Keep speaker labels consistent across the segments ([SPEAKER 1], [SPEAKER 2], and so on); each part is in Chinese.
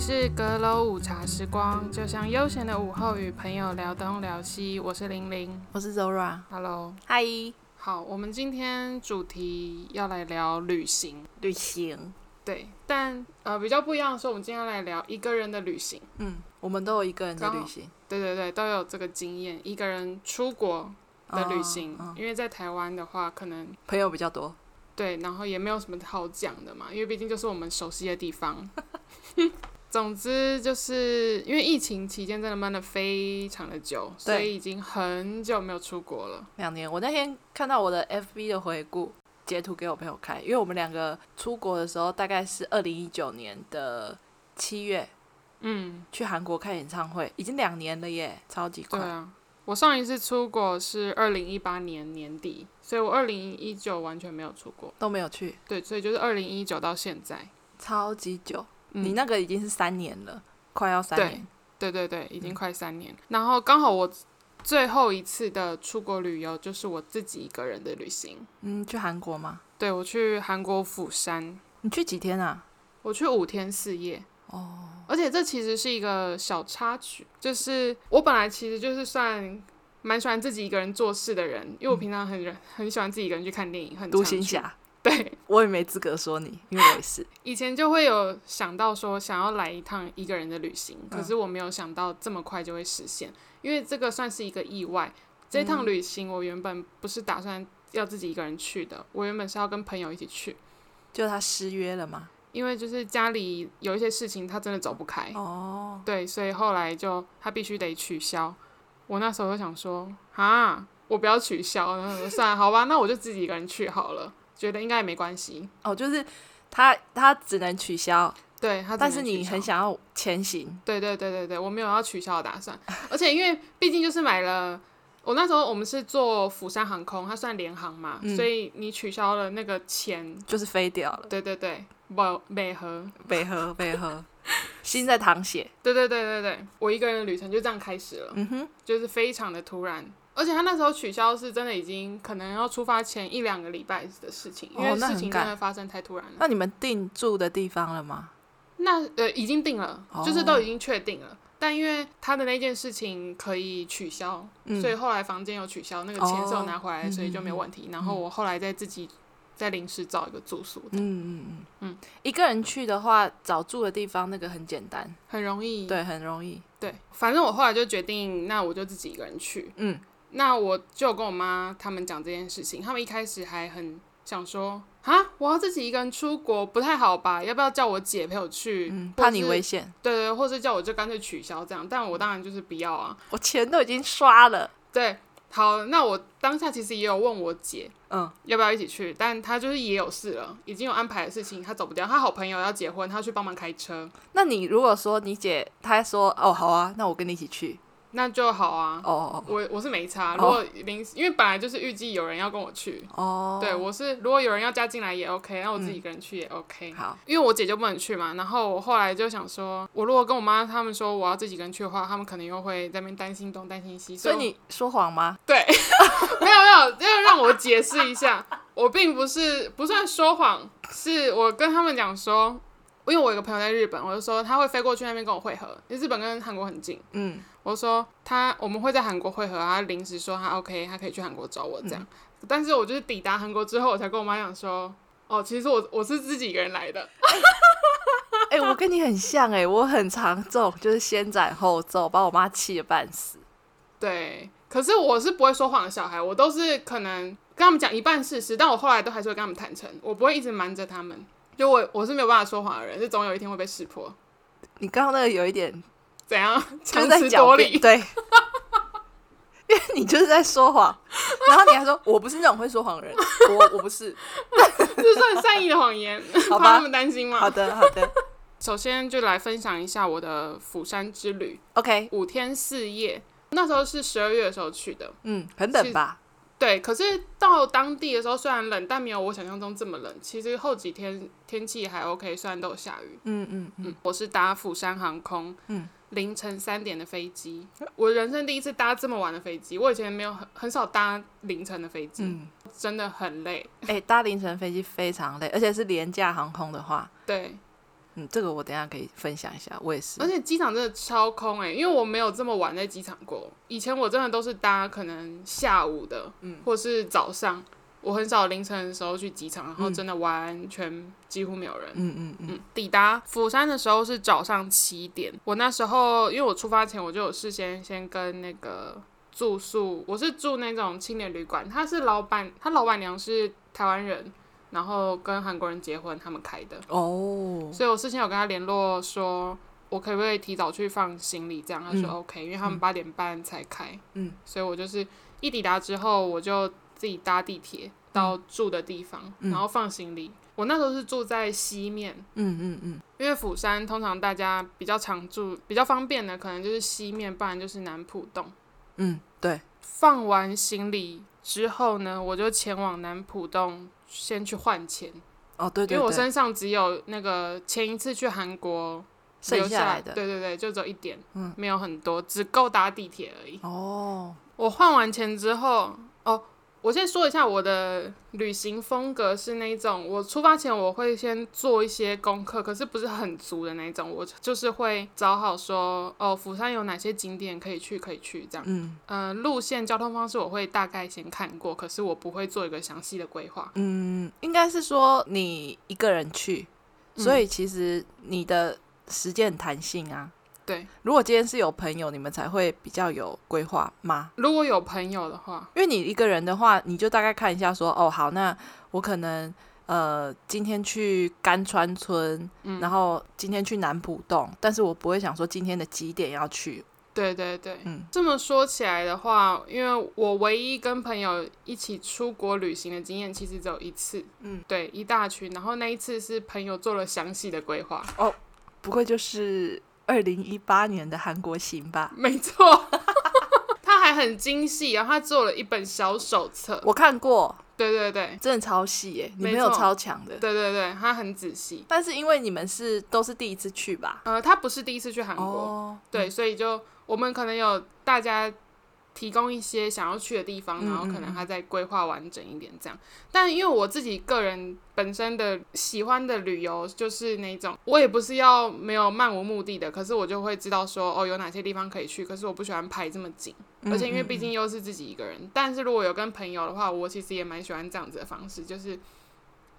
[SPEAKER 1] 是阁楼午茶时光，就像悠闲的午后与朋友聊东聊西。我是玲玲
[SPEAKER 2] 我是 Zora，
[SPEAKER 1] ，Hello。
[SPEAKER 2] 嗨，
[SPEAKER 1] 好，我们今天主题要来聊旅行，
[SPEAKER 2] 旅行，
[SPEAKER 1] 对，但呃比较不一样的是，我们今天要来聊一个人的旅行。
[SPEAKER 2] 嗯，我们都有一个人的
[SPEAKER 1] 刚好
[SPEAKER 2] 旅行
[SPEAKER 1] 对对对，都有这个经验，一个人出国的旅行，
[SPEAKER 2] 嗯嗯
[SPEAKER 1] 因为在台湾的话，可能
[SPEAKER 2] 朋友比较多，
[SPEAKER 1] 对，然后也没有什么好讲的嘛，因为毕竟就是我们熟悉的地方。总之就是因为疫情期间真的闷了非常的久，所
[SPEAKER 2] 对
[SPEAKER 1] 以已经很久没有出国了。
[SPEAKER 2] 两年。我那天看到我的 FB 的回顾截图给我朋友看，因为我们两个出国的时候大概是二零一九年的七月
[SPEAKER 1] 嗯，
[SPEAKER 2] 去韩国看演唱会，已经两年了耶，超级
[SPEAKER 1] 对
[SPEAKER 2] 快。
[SPEAKER 1] 啊，我上一次出国是二零一八年年底，所以我二零一九完全没有出国。
[SPEAKER 2] 都没有去，
[SPEAKER 1] 对，所以就是二零一九到现在。
[SPEAKER 2] 超级久。
[SPEAKER 1] 嗯
[SPEAKER 2] 你那个已经是三年了，快要三
[SPEAKER 1] 对
[SPEAKER 2] 年。
[SPEAKER 1] 对对对，已经快三年了。然后刚好我最后一次的出国旅游就是我自己一个人的旅行。
[SPEAKER 2] 嗯，去韩国吗？
[SPEAKER 1] 对我去韩国釜山，
[SPEAKER 2] 你去几天啊？
[SPEAKER 1] 我去五天四夜。哦，而且这其实是一个小插曲，就是我本来其实就是算蛮喜欢自己一个人做事的人，因为我平常很很喜欢自己一个人去看电影，很
[SPEAKER 2] 嗯独
[SPEAKER 1] 常
[SPEAKER 2] 行
[SPEAKER 1] 去。
[SPEAKER 2] 侠，
[SPEAKER 1] 对，
[SPEAKER 2] 我也没资格说你，因为我也是。
[SPEAKER 1] 以前就会有想到说想要来一趟一个人的旅行，可
[SPEAKER 2] 嗯
[SPEAKER 1] 是我没有想到这么快就会实现，因为这个算是一个意外。这
[SPEAKER 2] 嗯
[SPEAKER 1] 趟旅行我原本不是打算要自己一个人去的，我原本是要跟朋友一起去，
[SPEAKER 2] 就他失约了嘛？
[SPEAKER 1] 因为就是家里有一些事情他真的走不开，
[SPEAKER 2] 哦，
[SPEAKER 1] 对，所以后来就他必须得取消。我那时候就想说，啊，我不要取消，然后我说算了，好吧，那我就自己一个人去好了，觉得应该也没关系。
[SPEAKER 2] 哦，就是他他只能取消，
[SPEAKER 1] 对他只能取消，
[SPEAKER 2] 但是你很想要前行，
[SPEAKER 1] 对对对对对，我没有要取消的打算，而且因为毕竟就是买了，我那时候我们是坐釜山航空，它算联航嘛，
[SPEAKER 2] 嗯
[SPEAKER 1] 所以你取消了那个钱，
[SPEAKER 2] 就是飞掉了。
[SPEAKER 1] 对对对，不美和，
[SPEAKER 2] 北河，北河，心在淌血。
[SPEAKER 1] 对对对对对，我一个人的旅程就这样开始了，
[SPEAKER 2] 嗯哼，
[SPEAKER 1] 就是非常的突然。而且他那时候取消是真的已经可能要出发前一两个礼拜的事情，因为
[SPEAKER 2] 哦那很
[SPEAKER 1] 事情真
[SPEAKER 2] 赶啊
[SPEAKER 1] 的发生太突然了。
[SPEAKER 2] 那你们定住的地方了吗？
[SPEAKER 1] 那呃已经定了，
[SPEAKER 2] 哦
[SPEAKER 1] 就是都已经确定了。但因为他的那件事情可以取消，
[SPEAKER 2] 嗯
[SPEAKER 1] 所以后来房间有取消，那个钱是有拿回来，
[SPEAKER 2] 哦
[SPEAKER 1] 所以就没有问题。然后我后来再自己再临时找一个住宿，
[SPEAKER 2] 嗯嗯
[SPEAKER 1] 嗯
[SPEAKER 2] 嗯，一个人去的话，找住的地方那个很简单，
[SPEAKER 1] 很容易。
[SPEAKER 2] 对，很容易。
[SPEAKER 1] 对反正我后来就决定，那我就自己一个人去。
[SPEAKER 2] 嗯，
[SPEAKER 1] 那我就跟我妈他们讲这件事情，他们一开始还很想说，啊，我要自己一个人出国不太好吧？要不要叫我姐陪我去？
[SPEAKER 2] 嗯，
[SPEAKER 1] 或
[SPEAKER 2] 怕你
[SPEAKER 1] 是
[SPEAKER 2] 危险，
[SPEAKER 1] 对对，或是叫我就干脆取消这样。但我当然就是不要啊。
[SPEAKER 2] 我钱都已经刷了。
[SPEAKER 1] 对，好，那我当下其实也有问我姐
[SPEAKER 2] 嗯，
[SPEAKER 1] 要不要一起去，但她就是也有事了，已经有安排的事情，她走不掉。她好朋友要结婚，她要去帮忙开车，
[SPEAKER 2] 那你如果说你姐她说哦好啊，那我跟你一起去。
[SPEAKER 1] 那就好啊。
[SPEAKER 2] 哦哦
[SPEAKER 1] 我我是没差，
[SPEAKER 2] 哦
[SPEAKER 1] 如果临时、因为本来就是预计有人要跟我去，
[SPEAKER 2] 哦，嗯
[SPEAKER 1] 对我是如果有人要加进来也 OK，那我自己一个人去也 OK。
[SPEAKER 2] 好，
[SPEAKER 1] 因为我姐就不能去嘛，然后我后来就想说，我如果跟我妈他们说我要自己一个人去的话，他们可能又会在那边担心东担心西，
[SPEAKER 2] 所以
[SPEAKER 1] 我
[SPEAKER 2] 你说谎吗？
[SPEAKER 1] 对，没有没有，要让我解释一下，我并不是不算说谎，是我跟他们讲说，因为我有个朋友在日本，我就说他会飞过去那边跟我会合，因为日本跟韩国很近，
[SPEAKER 2] 嗯，
[SPEAKER 1] 我就说他我们会在韩国会合，他临时说他 OK，他可以去韩国找我这样，
[SPEAKER 2] 嗯
[SPEAKER 1] 但是我就是抵达韩国之后，我才跟我妈讲说，哦，其实我我是自己一个人来的，
[SPEAKER 2] 哎、我跟你很像哎、我很常这种，就是先斩后奏，把我妈气得半死。
[SPEAKER 1] 对，可是我是不会说谎的小孩，我都是可能跟他们讲一半事实，但我后来都还是会跟他们坦诚，我不会一直瞒着他们。就我我是没有办法说谎的人，是总有一天会被识破。
[SPEAKER 2] 你刚刚那个有一点
[SPEAKER 1] 怎 样？
[SPEAKER 2] 就是
[SPEAKER 1] 强
[SPEAKER 2] 在
[SPEAKER 1] 词
[SPEAKER 2] 狡
[SPEAKER 1] 夺
[SPEAKER 2] 辩，
[SPEAKER 1] 理。
[SPEAKER 2] 对， 因为你就是在说谎，然后你还说我不是那种会说谎的人，我我不是。
[SPEAKER 1] 这算善意的谎言，
[SPEAKER 2] 好吧
[SPEAKER 1] 怕他们担心
[SPEAKER 2] 好
[SPEAKER 1] 吗？
[SPEAKER 2] 的好的
[SPEAKER 1] 首先就来分享一下我的釜山之旅，
[SPEAKER 2] ，OK，
[SPEAKER 1] 五天四夜。那时候是十二月的时候去的，
[SPEAKER 2] 嗯，很冷吧？
[SPEAKER 1] 对。可是到当地的时候虽然冷，但没有我想象中这么冷。其实后几天天气还 OK，虽然都有下雨。
[SPEAKER 2] 嗯嗯嗯，
[SPEAKER 1] 嗯，我是搭釜山航空，
[SPEAKER 2] 嗯
[SPEAKER 1] 凌晨三点的飞机，我人生第一次搭这么晚的飞机，我以前没有很很少搭凌晨的飞机，
[SPEAKER 2] 嗯
[SPEAKER 1] 真的很累。
[SPEAKER 2] 哎、搭凌晨飞机非常累，而且是廉价航空的话，
[SPEAKER 1] 对，
[SPEAKER 2] 嗯，这个我等一下可以分享一下，我也是
[SPEAKER 1] 而。且机场真的超空哎、因为我没有这么晚在机场过。以前我真的都是搭可能下午的，
[SPEAKER 2] 嗯
[SPEAKER 1] 或是早上，我很少凌晨的时候去机场，然后
[SPEAKER 2] 嗯
[SPEAKER 1] 真的完全几乎没有人。
[SPEAKER 2] 嗯嗯嗯，
[SPEAKER 1] 嗯，抵达釜山的时候是早上七点。我那时候因为我出发前我就有事先先跟那个住宿，我是住那种青年旅馆，他是老板，他老板娘是台湾人，然后跟韩国人结婚，他们开的，
[SPEAKER 2] 哦，
[SPEAKER 1] 所以我事先有跟他联络说。我可不可以提早去放行李？这样他说
[SPEAKER 2] 嗯
[SPEAKER 1] OK，、因为他们八点半才开，
[SPEAKER 2] 嗯，
[SPEAKER 1] 所以我就是一抵达之后，我就自己搭地铁到住的地方，
[SPEAKER 2] 嗯
[SPEAKER 1] 然后放行李。我那时候是住在西面，
[SPEAKER 2] 嗯嗯嗯，
[SPEAKER 1] 因为釜山通常大家比较常住、比较方便的，可能就是西面，不然就是南浦洞。
[SPEAKER 2] 嗯，对，
[SPEAKER 1] 放完行李之后呢，我就前往南浦洞，先去换钱，
[SPEAKER 2] 哦对对
[SPEAKER 1] 因为我
[SPEAKER 2] 对，
[SPEAKER 1] 身上只有那个前一次去韩国留
[SPEAKER 2] 剩下来的，
[SPEAKER 1] 对对对，就只有一点，
[SPEAKER 2] 嗯
[SPEAKER 1] 没有很多，只够搭地铁而已。
[SPEAKER 2] 哦，
[SPEAKER 1] 我换完钱之后，哦，我先说一下我的旅行风格是那一种，我出发前我会先做一些功课，可是不是很足的那一种，我就是会找好说，哦，釜山有哪些景点可以去，可以去这样。
[SPEAKER 2] 嗯
[SPEAKER 1] 嗯、路线、交通方式我会大概先看过，可是我不会做一个详细的规划。
[SPEAKER 2] 嗯，应该是说你一个人去，所
[SPEAKER 1] 嗯
[SPEAKER 2] 以其实你的时间很弹性啊。
[SPEAKER 1] 对，
[SPEAKER 2] 如果今天是有朋友，你们才会比较有规划吗？
[SPEAKER 1] 如果有朋友的话，
[SPEAKER 2] 因为你一个人的话，你就大概看一下说，哦，好，那我可能呃今天去甘川村，
[SPEAKER 1] 嗯
[SPEAKER 2] 然后今天去南浦洞，但是我不会想说今天的几点要去，
[SPEAKER 1] 对对对，
[SPEAKER 2] 嗯
[SPEAKER 1] 这么说起来的话，因为我唯一跟朋友一起出国旅行的经验，其实只有一次，
[SPEAKER 2] 嗯，
[SPEAKER 1] 对，一大群，然后那一次是朋友做了详细的规划，
[SPEAKER 2] 不会就是二零一八年的韩国行吧？
[SPEAKER 1] 没错，他还很精细，然后他做了一本小手册，
[SPEAKER 2] 我看过，
[SPEAKER 1] 对对对，
[SPEAKER 2] 真的超细耶、你
[SPEAKER 1] 没
[SPEAKER 2] 们有
[SPEAKER 1] 错
[SPEAKER 2] 超强的。
[SPEAKER 1] 对对对，他很仔细，
[SPEAKER 2] 但是因为你们是都是第一次去吧？
[SPEAKER 1] 呃，他不是第一次去韩国，
[SPEAKER 2] 哦，
[SPEAKER 1] 对，所以就我们可能有大家提供一些想要去的地方，
[SPEAKER 2] 嗯
[SPEAKER 1] 然后可
[SPEAKER 2] 嗯
[SPEAKER 1] 能
[SPEAKER 2] 嗯
[SPEAKER 1] 他再规划完整一点这样。但因为我自己个人本身的喜欢的旅游就是那种，我也不是要没有漫无目的的，可是我就会知道说哦有哪些地方可以去，可是我不喜欢排这么紧，
[SPEAKER 2] 嗯
[SPEAKER 1] 而且因为
[SPEAKER 2] 嗯
[SPEAKER 1] 毕竟又是自己一个人。但是如果有跟朋友的话，我其实也蛮喜欢这样子的方式，就是。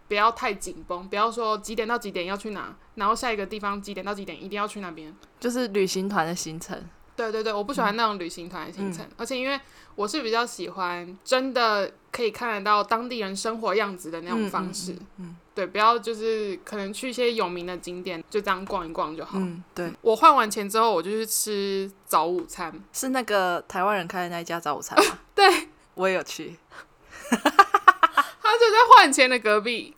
[SPEAKER 1] 不要太紧绷，不要说几点到几点要去哪，然后下一个地方几点到几点一定要去那边，
[SPEAKER 2] 就是旅行团的行程，
[SPEAKER 1] 对对对，我不喜
[SPEAKER 2] 嗯
[SPEAKER 1] 欢那种旅行团的行程，而且因为我是比较喜欢真的可以看得到当地人生活样子的那种方式，
[SPEAKER 2] 嗯嗯
[SPEAKER 1] 对，不要就是可能去一些有名的景点就这样逛一逛就好。
[SPEAKER 2] 嗯，嗯对，
[SPEAKER 1] 我换完钱之后，我就去吃早午餐，
[SPEAKER 2] 是那个台湾人开的那一家早午餐 吗？
[SPEAKER 1] 对，
[SPEAKER 2] 我也有去，
[SPEAKER 1] 他就在换钱的隔壁，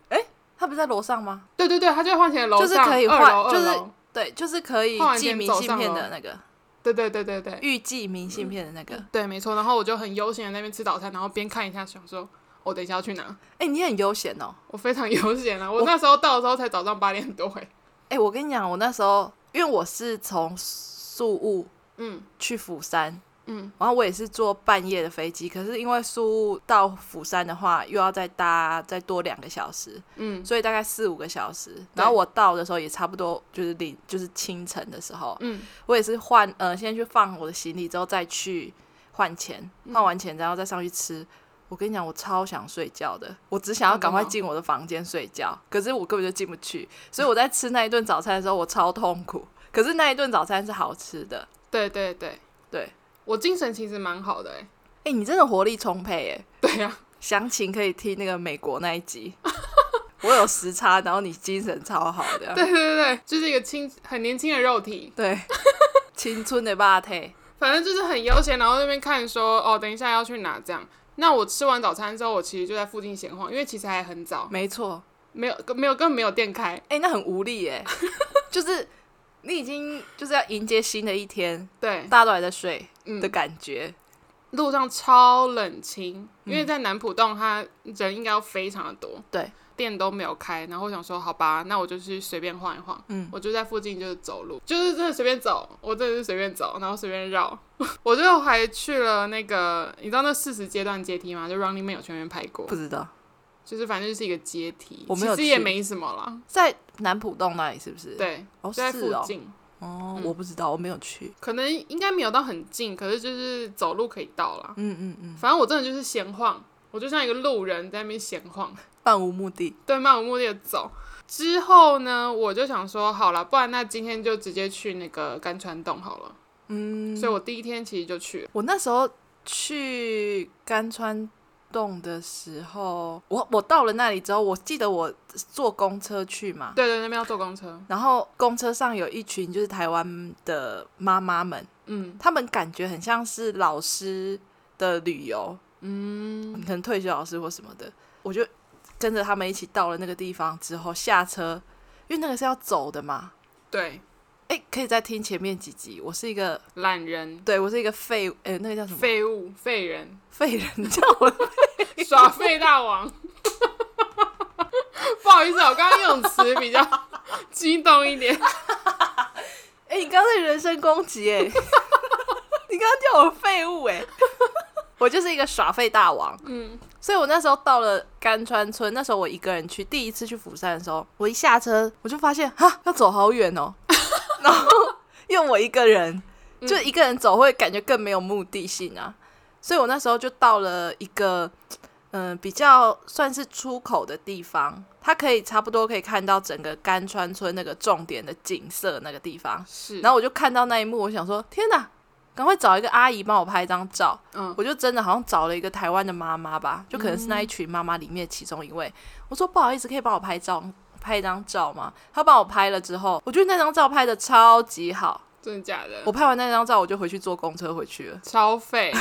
[SPEAKER 2] 他不是在楼上吗？
[SPEAKER 1] 对对对，他就在换钱的楼上，
[SPEAKER 2] 就是可以
[SPEAKER 1] 二
[SPEAKER 2] 换
[SPEAKER 1] 楼，
[SPEAKER 2] 就是
[SPEAKER 1] 二楼，
[SPEAKER 2] 对，就是可以
[SPEAKER 1] 换完
[SPEAKER 2] 寄
[SPEAKER 1] 钱
[SPEAKER 2] 明
[SPEAKER 1] 走
[SPEAKER 2] 信
[SPEAKER 1] 上
[SPEAKER 2] 片
[SPEAKER 1] 楼
[SPEAKER 2] 的那个，
[SPEAKER 1] 对对对对对
[SPEAKER 2] 预寄明信片的那个。哎、
[SPEAKER 1] 对，没错。然后我就很悠闲的那边吃早餐，然后边看一下，想说我、等一下要去哪，
[SPEAKER 2] 你很悠闲哦。
[SPEAKER 1] 我非常悠闲啊。我那时候到的时候才早上八点多、欸，
[SPEAKER 2] 哎、我跟你讲，我那时候因为我是从宿务
[SPEAKER 1] 嗯
[SPEAKER 2] 去釜山，
[SPEAKER 1] 嗯。
[SPEAKER 2] 然后我也是坐半夜的飞机，可是因为宿务到釜山的话，又要再搭再多两个小时，
[SPEAKER 1] 嗯
[SPEAKER 2] 所以大概四五个小时。然后我到的时候也差不多就是零就是清晨的时候，
[SPEAKER 1] 嗯，
[SPEAKER 2] 我也是换呃先去放我的行李之后再去换钱，
[SPEAKER 1] 嗯
[SPEAKER 2] 换完钱然后再上去吃。我跟你讲，我超想睡觉的，我只想要赶快进我的房间睡觉，可是我根本就进不去，所以我在吃那一顿早餐的时候，我超痛苦。可是那一顿早餐是好吃的，
[SPEAKER 1] 对对对，
[SPEAKER 2] 对。
[SPEAKER 1] 我精神其实蛮好的哎、欸。
[SPEAKER 2] 哎、你真的活力充沛哎、
[SPEAKER 1] 对啊呀、
[SPEAKER 2] 详情可以听那个美国那一集。 我有时差，然后你精神超好的。
[SPEAKER 1] 对对对对，就是一个青很年轻的肉体，
[SPEAKER 2] 对，青春的霸体。
[SPEAKER 1] 反正就是很悠闲，然后在那边看说哦，等一下要去哪这样。那我吃完早餐之后，我其实就在附近闲晃，因为其实还很早，
[SPEAKER 2] 没错，
[SPEAKER 1] 没有没有根本没有店开。
[SPEAKER 2] 哎、那很无力哎、就是你已经就是要迎接新的一天，
[SPEAKER 1] 对，
[SPEAKER 2] 大家都还在睡
[SPEAKER 1] 嗯
[SPEAKER 2] 的，感觉。
[SPEAKER 1] 路上超冷清，因为在南浦洞，它人应该要非常的多，
[SPEAKER 2] 嗯对，
[SPEAKER 1] 店都没有开。然后我想说，好吧，那我就去随便晃一晃，
[SPEAKER 2] 嗯
[SPEAKER 1] 我就在附近就是走路，就是真的随便走，我真的是随便走，然后随便绕。 我就还去了那个，你知道那四十阶段阶梯吗？就 Running Man 有全面拍过
[SPEAKER 2] 不，知道。
[SPEAKER 1] 就是反正就是一个阶梯，
[SPEAKER 2] 我没有
[SPEAKER 1] 其实也
[SPEAKER 2] 去
[SPEAKER 1] 没什么啦。
[SPEAKER 2] 在南浦洞那里是不是？，
[SPEAKER 1] 对，
[SPEAKER 2] 哦
[SPEAKER 1] 就在
[SPEAKER 2] 是
[SPEAKER 1] 附
[SPEAKER 2] 哦，
[SPEAKER 1] 近，嗯
[SPEAKER 2] 哦，我不知道，我没有去。
[SPEAKER 1] 可能应该没有到很近，可是就是走路可以到啦。
[SPEAKER 2] 嗯嗯嗯，
[SPEAKER 1] 反正我真的就是闲晃，我就像一个路人在那边闲晃，
[SPEAKER 2] 漫无目的。
[SPEAKER 1] 对，漫无目的的走。之后呢，我就想说，好了，不然那今天就直接去那个甘川洞好了。
[SPEAKER 2] 嗯，
[SPEAKER 1] 所以我第一天其实就去了，
[SPEAKER 2] 我那时候去甘川洞的时候，我我到了那里之后，我记得我坐公车去嘛，
[SPEAKER 1] 对对，那边要坐公车，
[SPEAKER 2] 然后公车上有一群就是台湾的妈妈们，
[SPEAKER 1] 嗯
[SPEAKER 2] 他们感觉很像是老师的旅游，
[SPEAKER 1] 嗯，
[SPEAKER 2] 可能退休老师或什么的，我就跟着他们一起到了那个地方之后下车，因为那个是要走的嘛。
[SPEAKER 1] 对，
[SPEAKER 2] 哎，可以再听前面几集。我是一个，
[SPEAKER 1] 懒人、
[SPEAKER 2] 对我是一个废，哎，那个叫什么？
[SPEAKER 1] 废物、废人、
[SPEAKER 2] 废人， 叫我
[SPEAKER 1] 耍废大王。 不好意思啊，我刚刚用词比 较激动一点，
[SPEAKER 2] 哎、你刚才人身攻击哎、 你刚刚叫我废物哎、我就是一个耍废大王。
[SPEAKER 1] 嗯，
[SPEAKER 2] 所以我那时候到了甘川村，那时候我一个人去，第一次去釜山的时候，我一下车我就发现哈要走好远哦， 然后因为我一个人，就一个人走会感觉更没有目的性啊。所以我那时候就到了一个嗯、呃比较算是出口的地方，它可以差不多可以看到整个甘川村那个重点的景色那个地方。
[SPEAKER 1] 是，
[SPEAKER 2] 然后我就看到那一幕，我想说天哪，赶快找一个阿姨帮我拍一张照。
[SPEAKER 1] 嗯
[SPEAKER 2] 我就真的好像找了一个台湾的妈妈吧，就可能是那一群妈妈里面其中一位。我说不好意思，可以帮我拍照拍一张照吗？她帮我拍了之后，我觉得那张照拍的超级好。
[SPEAKER 1] 真的假的？
[SPEAKER 2] 我拍完那张照，我就回去坐公车回去了。
[SPEAKER 1] 超废，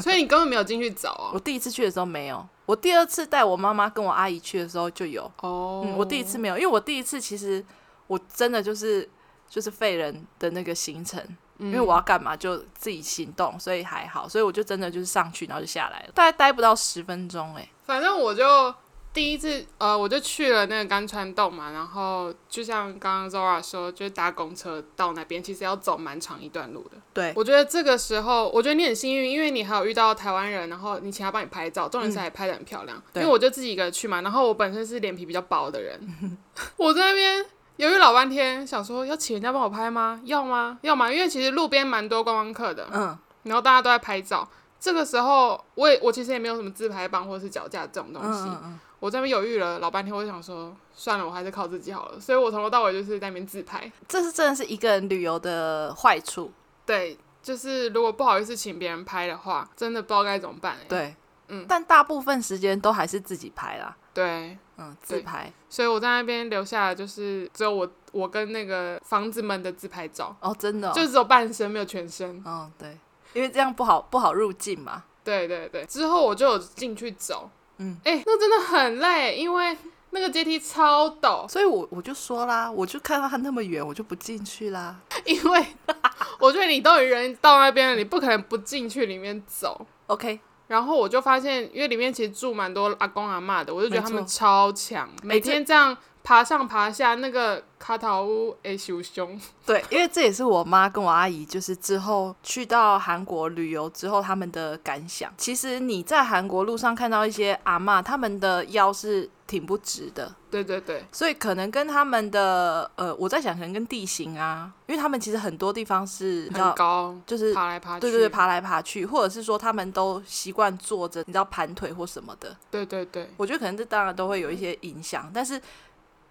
[SPEAKER 1] 所以你根本没有进去找哦
[SPEAKER 2] 我。第一次去的时候没有，我第二次带我妈妈跟我阿姨去的时候就有。
[SPEAKER 1] 哦、
[SPEAKER 2] 嗯，我第一次没有，因为我第一次其实我真的就是就是废人的那个行程，因为我要干嘛就自己行动，所以还好，所以我就真的就是上去然后就下来了，大概待不到十分钟哎、
[SPEAKER 1] 反正我就第一次，呃，我就去了那个甘川洞嘛，然后就像刚刚 Zora 说，就是搭公车到那边，其实要走蛮长一段路的。
[SPEAKER 2] 对，
[SPEAKER 1] 我觉得这个时候，我觉得你很幸运，因为你还有遇到台湾人，然后你请他帮你拍照，重点是还拍的很漂亮。
[SPEAKER 2] 嗯对
[SPEAKER 1] 因为我就自己一个人去嘛，然后我本身是脸皮比较薄的人， 我在那边犹豫老半天，想说要请人家帮我拍吗？要吗？要吗？因为其实路边蛮多观光客的，
[SPEAKER 2] 嗯，
[SPEAKER 1] 然后大家都在拍照。这个时候，我也我其实也没有什么自拍棒或者是脚架这种东西，
[SPEAKER 2] 嗯嗯
[SPEAKER 1] 我在那边犹豫了老半天，我就想说算了，我还是靠自己好了。所以我从头到尾就是在那边自拍。
[SPEAKER 2] 嗯，这是真的是一个人旅游的坏处，
[SPEAKER 1] 对，就是如果不好意思请别人拍的话，真的不知道该怎么办、欸。
[SPEAKER 2] 对，
[SPEAKER 1] 嗯
[SPEAKER 2] 但大部分时间都还是自己拍啦，
[SPEAKER 1] 对，
[SPEAKER 2] 嗯，自
[SPEAKER 1] 对
[SPEAKER 2] 拍，
[SPEAKER 1] 所以我在那边留下的就是只有我我跟那个房子们的自拍照，
[SPEAKER 2] 哦，真的、哦，
[SPEAKER 1] 就只有半身没有全身。
[SPEAKER 2] 嗯，对，因为这样不好不好入境嘛，
[SPEAKER 1] 对对对，之后我就有进去走，
[SPEAKER 2] 嗯，
[SPEAKER 1] 哎、那真的很累，因为那个阶梯超陡，
[SPEAKER 2] 所以我我就说啦，我就看到他那么远，我就不进去啦，
[SPEAKER 1] 因为 我觉得你都已经人到那边了，你不可能不进去里面走。
[SPEAKER 2] OK，
[SPEAKER 1] 然后我就发现，因为里面其实住蛮多阿公阿嬷的，我就觉得他
[SPEAKER 2] 没
[SPEAKER 1] 们
[SPEAKER 2] 错
[SPEAKER 1] 超强，每
[SPEAKER 2] 这
[SPEAKER 1] 天这样爬上爬下，那个卡塔屋诶修胸，
[SPEAKER 2] 对，因为这也是我妈跟我阿姨，就是之后去到韩国旅游之后他们的感想。其实你在韩国路上看到一些阿嬷，他们的腰是挺不直的，
[SPEAKER 1] 对对对，
[SPEAKER 2] 所以可能跟他们的呃，我在想可能跟地形啊，因为他们其实很多地方是你知
[SPEAKER 1] 很
[SPEAKER 2] 道，
[SPEAKER 1] 高，
[SPEAKER 2] 就是
[SPEAKER 1] 爬来爬去，
[SPEAKER 2] 对对对，爬来爬去，或者是说他们都习惯坐着，你知道盘腿或什么的。
[SPEAKER 1] 对对对，
[SPEAKER 2] 我觉得可能这当然都会有一些影响，但是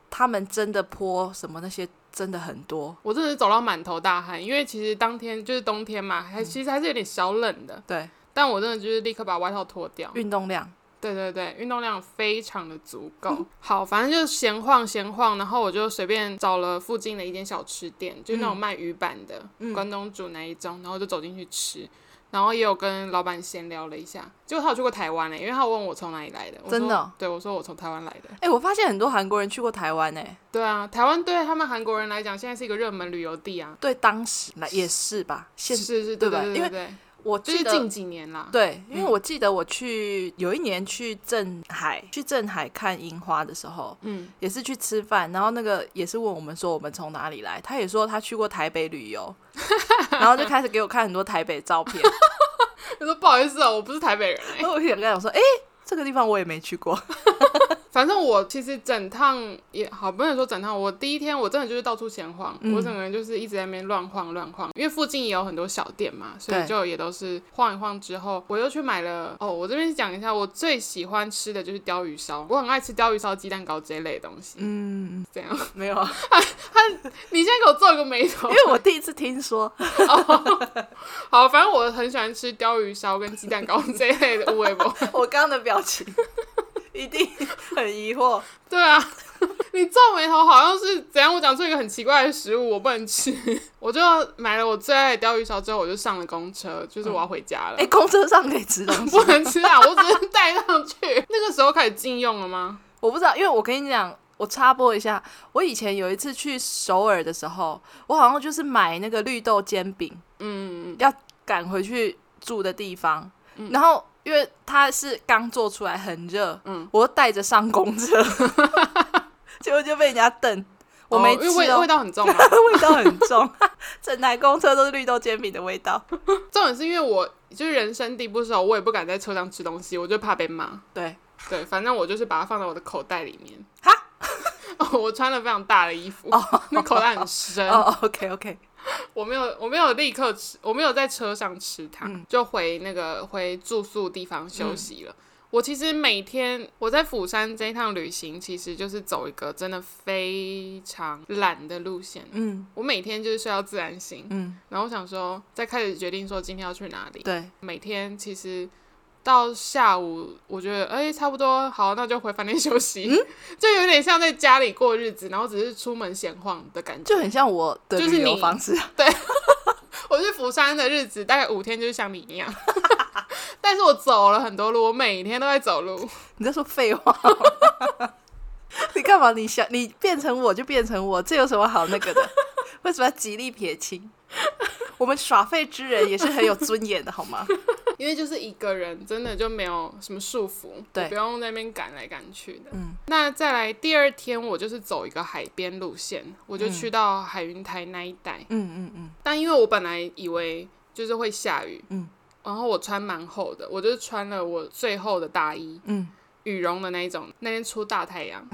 [SPEAKER 2] 他们真的坡什么那些真的很多，
[SPEAKER 1] 我真的是走到满头大汗，因为其实当天就是冬天嘛，还
[SPEAKER 2] 嗯
[SPEAKER 1] 其实还是有点小冷的，
[SPEAKER 2] 对，
[SPEAKER 1] 但我真的就是立刻把外套脱掉。
[SPEAKER 2] 运动量。
[SPEAKER 1] 对对对，运动量非常的足
[SPEAKER 2] 嗯
[SPEAKER 1] 够。 好，反正就闲晃闲晃，然后我就随便找了附近的一间小吃店，就是
[SPEAKER 2] 嗯
[SPEAKER 1] 那种卖鱼板的、关东煮那一种，然后就走进去吃。然后也有跟老板闲聊了一下，结果他有去过台湾嘞、欸因为他有问我从哪里来的，我说
[SPEAKER 2] 真的哦
[SPEAKER 1] 对我说我从台湾来的。
[SPEAKER 2] 哎、我发现很多韩国人去过台湾诶、哎
[SPEAKER 1] 对啊，台湾对他们韩国人来讲，现在是一个热门旅游地啊。
[SPEAKER 2] 对，当时来也是吧。现
[SPEAKER 1] 是是，对
[SPEAKER 2] 对吧
[SPEAKER 1] 对
[SPEAKER 2] 因为
[SPEAKER 1] 对对，
[SPEAKER 2] 我
[SPEAKER 1] 就是
[SPEAKER 2] 记得、
[SPEAKER 1] 近嗯几年啦。
[SPEAKER 2] 对，因为我记得我去有一年去镇海，去镇海看樱花的时候，
[SPEAKER 1] 嗯，
[SPEAKER 2] 也是去吃饭，然后那个也是问我们说我们从哪里来，他也说他去过台北旅 游，然后就开始给我看很多台北照片，
[SPEAKER 1] 他说不好意思哦、我不是台北人、欸。
[SPEAKER 2] 然后我就想跟他讲说，哎、这个地方我也没去过，
[SPEAKER 1] 反正我其实整趟也好，不能说整趟，我第一天我真的就是到处闲晃，
[SPEAKER 2] 嗯
[SPEAKER 1] 我整个人就是一直在那边乱晃乱晃，因为附近也有很多小店嘛，所
[SPEAKER 2] 对
[SPEAKER 1] 以就也都是晃一晃之后，我又去买了。哦，我这边讲一下，我最喜欢吃的就是鲷鱼烧，我很爱吃鲷鱼烧、鸡蛋糕这一类的东西。
[SPEAKER 2] 嗯，
[SPEAKER 1] 这样，
[SPEAKER 2] 没有啊，
[SPEAKER 1] 你现在给我做一个眉头
[SPEAKER 2] 因。为我第一次听说，
[SPEAKER 1] 好，反正我很喜欢吃鲷鱼烧跟鸡蛋糕这一类的 微博。
[SPEAKER 2] 我刚刚的表情 一定很疑惑。
[SPEAKER 1] 对啊， 你皱眉头好像是怎样？我讲出一个很奇怪的食物，我不能吃。 我就买了我最爱的鲷鱼烧之后，我就上了公车，就是我要回家了。
[SPEAKER 2] 哎、公车上可以吃东 西
[SPEAKER 1] 不，能吃啊！我只是带上去。 那个时候开始禁用了吗？
[SPEAKER 2] 我不知道，因为我跟你讲，我插播一下，我以前有一次去首尔的时候，我好像就是买那个绿豆煎饼，
[SPEAKER 1] 嗯，
[SPEAKER 2] 要赶回去住的地方，然后因为它是刚做出来很热，
[SPEAKER 1] 嗯
[SPEAKER 2] 我又带着上 公车，结果就被人家瞪，我没
[SPEAKER 1] 哦
[SPEAKER 2] 吃、
[SPEAKER 1] 因为味
[SPEAKER 2] 哦
[SPEAKER 1] 味道很 重嘛。
[SPEAKER 2] 味道很重，整台公车都是绿豆煎饼的味道。
[SPEAKER 1] 重点是因为我就是人生地不熟，我也不敢在车上吃东西，我就怕被骂。
[SPEAKER 2] 对，
[SPEAKER 1] 对，反正我就是把它放在我的口袋里面。哦
[SPEAKER 2] 哈，
[SPEAKER 1] 我穿了非常大的衣服，那口袋很深。
[SPEAKER 2] 哦，OK OK，
[SPEAKER 1] 我没有，我没有立刻吃，我没有在车上吃它，
[SPEAKER 2] 嗯
[SPEAKER 1] 就回那个回住宿地方休息了。我其实每天我在釜山这一趟旅行，其实就是走一个真的非常懒的路线。
[SPEAKER 2] 嗯
[SPEAKER 1] 我每天就是睡到自然醒，
[SPEAKER 2] 嗯，
[SPEAKER 1] 然后我想说，再开始决定说今天要去哪里。
[SPEAKER 2] 对，
[SPEAKER 1] 每天其实到下午，我觉得哎、差不多好，那就回饭店休息，
[SPEAKER 2] 嗯
[SPEAKER 1] 就有点像在家里过日子，然后只是出门闲晃的感觉。
[SPEAKER 2] 就很像我的
[SPEAKER 1] 就是
[SPEAKER 2] 旅游
[SPEAKER 1] 你
[SPEAKER 2] 方式。
[SPEAKER 1] 我去釜山的日子大概五天，就是像你一样， 但是我走了很多路，我每天都在走路。
[SPEAKER 2] 你在说废话吗？ 你干嘛？你想你变成我就变成我，这有什么好那个的？ 为什么要极力撇清？我们耍废之人也是很有尊严的，好 吗？
[SPEAKER 1] 因为就是一个人，真的就没有什么束缚，
[SPEAKER 2] 对
[SPEAKER 1] 我不用在那边赶来赶去的。
[SPEAKER 2] 嗯，
[SPEAKER 1] 那再来第二天，我就是走一个海边路线，我就去到海云台那一带。
[SPEAKER 2] 嗯嗯嗯，
[SPEAKER 1] 但因为我本来以为就是会下雨，
[SPEAKER 2] 嗯，
[SPEAKER 1] 然后我穿蛮厚的，我就是穿了我最厚的大衣，
[SPEAKER 2] 嗯，
[SPEAKER 1] 羽绒的那一种。那天出大太阳，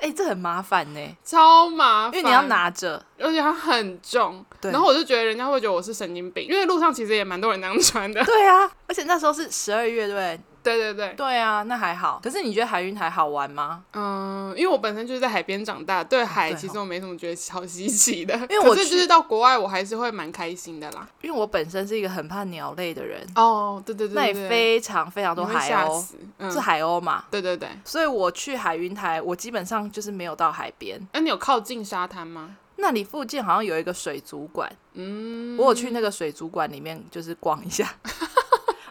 [SPEAKER 2] 哎、这很麻烦呢、
[SPEAKER 1] 超麻烦，
[SPEAKER 2] 因为你要，拿 着。
[SPEAKER 1] 而且它很重。
[SPEAKER 2] 对
[SPEAKER 1] 然后我就觉得人家会觉得我是神经病，因为路上其实也蛮多人那样穿的。
[SPEAKER 2] 对啊，而且那时候是十二月，对不对？
[SPEAKER 1] 对对对，
[SPEAKER 2] 对啊，那还好。可是你觉得海云台好玩吗？
[SPEAKER 1] 嗯，因为我本身就是在海边长大，对海
[SPEAKER 2] 对哦
[SPEAKER 1] 其实我没什么觉得好稀奇的。
[SPEAKER 2] 因为我
[SPEAKER 1] 可是
[SPEAKER 2] 去
[SPEAKER 1] 就是到国外，我还是会蛮开心的啦。
[SPEAKER 2] 因为我本身是一个很怕鸟类的人，
[SPEAKER 1] 哦，对对对
[SPEAKER 2] 那
[SPEAKER 1] 对
[SPEAKER 2] 里
[SPEAKER 1] 对，
[SPEAKER 2] 非常非常多
[SPEAKER 1] 你会
[SPEAKER 2] 海
[SPEAKER 1] 吓
[SPEAKER 2] 鸥，
[SPEAKER 1] 死，
[SPEAKER 2] 是
[SPEAKER 1] 嗯，
[SPEAKER 2] 海鸥嘛，
[SPEAKER 1] 对对对。
[SPEAKER 2] 所以我去海云台，我基本上就是没有到海边。
[SPEAKER 1] 那、你有靠近沙滩吗？
[SPEAKER 2] 那里附近好像有一个水族馆，嗯，我有去那个水族馆里面就是逛一 下，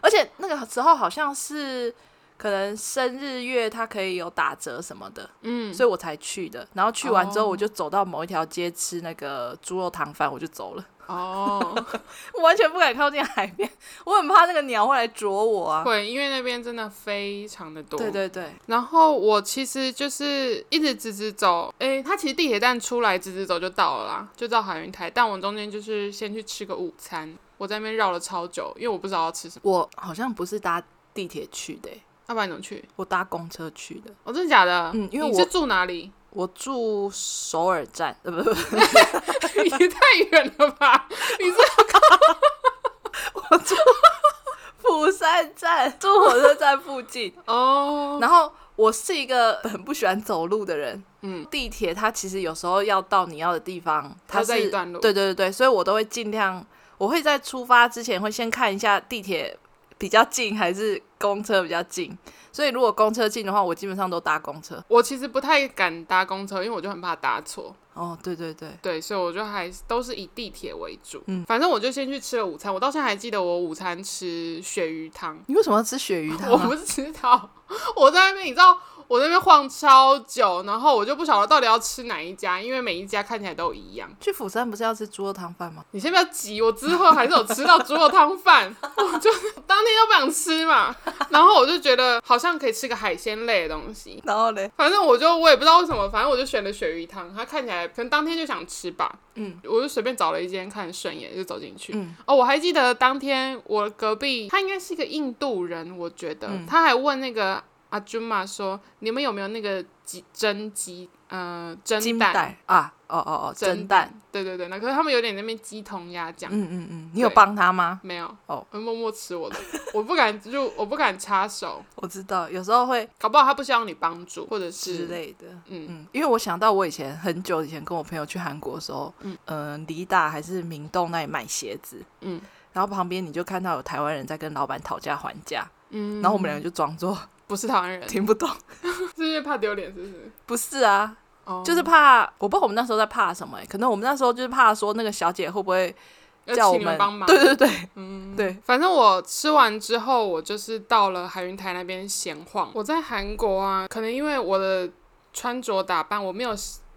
[SPEAKER 2] 而且那个时候好像是可能生日月它可以有打折什么的，
[SPEAKER 1] 嗯，
[SPEAKER 2] 所以我才去的。然后去完之后，
[SPEAKER 1] 哦
[SPEAKER 2] 我就走到某一条街吃那个猪肉汤饭，我就走了，
[SPEAKER 1] 哦，
[SPEAKER 2] 我完全不敢靠近海边，我很怕那个鸟会来啄我啊。
[SPEAKER 1] 会，因为那边真的非常的多。
[SPEAKER 2] 对。对对，
[SPEAKER 1] 然后我其实就是一直直直走，诶，它其实地铁站出来直直走就到了啦，就到海云台。但我中间就是先去吃个午餐，我在那边绕了超久，因为我不知道要吃什么。
[SPEAKER 2] 我好像不是搭地铁去的欸、
[SPEAKER 1] 要不然你怎么去？
[SPEAKER 2] 我搭公车去的。
[SPEAKER 1] 哦，真的假的？
[SPEAKER 2] 嗯因为
[SPEAKER 1] 你
[SPEAKER 2] 我
[SPEAKER 1] 是住哪里？
[SPEAKER 2] 我住首尔站，呃不不不，
[SPEAKER 1] 你太远了 吧？
[SPEAKER 2] 釜山 站，住火车站附 近。
[SPEAKER 1] 哦，
[SPEAKER 2] 然后我是一个很不喜欢走路的人，
[SPEAKER 1] 嗯，
[SPEAKER 2] 地铁它其实有时候要到你要的地方，它
[SPEAKER 1] 它在
[SPEAKER 2] 是
[SPEAKER 1] 一段路
[SPEAKER 2] 对对对对，所以我都会尽量，我会在出发之前会先看一下地铁比较近还是公车比较近，所以如果公车近的话，我基本上都搭公车。
[SPEAKER 1] 我其实不太敢搭公车，因为我就很怕搭错。
[SPEAKER 2] 哦，对对对，
[SPEAKER 1] 对，所以我就还是都是以地铁为主。
[SPEAKER 2] 嗯
[SPEAKER 1] 反正我就先去吃了午餐，我到现在还记得我午餐吃鳕鱼汤，
[SPEAKER 2] 你为什么要吃鳕鱼 汤、
[SPEAKER 1] 我
[SPEAKER 2] 啊？
[SPEAKER 1] 不知道，我在那边你知道。我在那边晃超久，然后我就不晓得到底要吃哪一家，因为每一家看起来都一样。
[SPEAKER 2] 去釜山不是要吃猪肉汤饭吗？
[SPEAKER 1] 你先不要急，我之后还是有吃到猪肉汤饭， 我就当天又不想吃嘛，然后我就觉得好像可以吃个海鲜类的东西，
[SPEAKER 2] 然后嘞，
[SPEAKER 1] 反正我就我也不知道为什么，反正我就选了鳕鱼汤，它看起来可能当天就想吃吧，
[SPEAKER 2] 嗯，
[SPEAKER 1] 我就随便找了一间看顺眼就走进去。
[SPEAKER 2] 嗯
[SPEAKER 1] 哦，我还
[SPEAKER 2] 嗯
[SPEAKER 1] 记得当天我隔壁他应该是一个印度人，我觉得、他还问那个阿朱玛说：“你们有没有那个鸡蒸鸡呃蒸
[SPEAKER 2] 金蛋啊，哦哦哦，蒸蛋，？
[SPEAKER 1] 对对对，那可是他们有点那边鸡同鸭讲，
[SPEAKER 2] 嗯嗯嗯，你有
[SPEAKER 1] 对
[SPEAKER 2] 帮他吗？
[SPEAKER 1] 没有
[SPEAKER 2] 哦，
[SPEAKER 1] 我默默吃我的，我不敢入，我不敢插手，
[SPEAKER 2] 我知道，有时候会
[SPEAKER 1] 搞不好他不需要你帮助，或者
[SPEAKER 2] 之
[SPEAKER 1] 是
[SPEAKER 2] 类的。
[SPEAKER 1] 嗯
[SPEAKER 2] 嗯，因为我想到我以前很久以前跟我朋友去韩国的时候，嗯，呃，梨大还是明洞那里买鞋子，
[SPEAKER 1] 嗯
[SPEAKER 2] 然后旁边你就看到有台湾人在跟老板讨价还价，
[SPEAKER 1] 嗯，
[SPEAKER 2] 然后我们两个就装作
[SPEAKER 1] 不是台湾人，
[SPEAKER 2] 听不懂。
[SPEAKER 1] 是因为怕丢脸，是不是？
[SPEAKER 2] 不是啊，
[SPEAKER 1] 哦，
[SPEAKER 2] 就是怕我不知道我们那时候在怕什么、欸，可能我们那时候就是怕说那个小姐会不会
[SPEAKER 1] 要
[SPEAKER 2] 叫我
[SPEAKER 1] 请你
[SPEAKER 2] 们
[SPEAKER 1] 帮忙，
[SPEAKER 2] 对对对，嗯，对，
[SPEAKER 1] 反正我吃完之后，我就是到了海云台那边闲晃。我在韩国啊，可能因为我的穿着打扮，我没有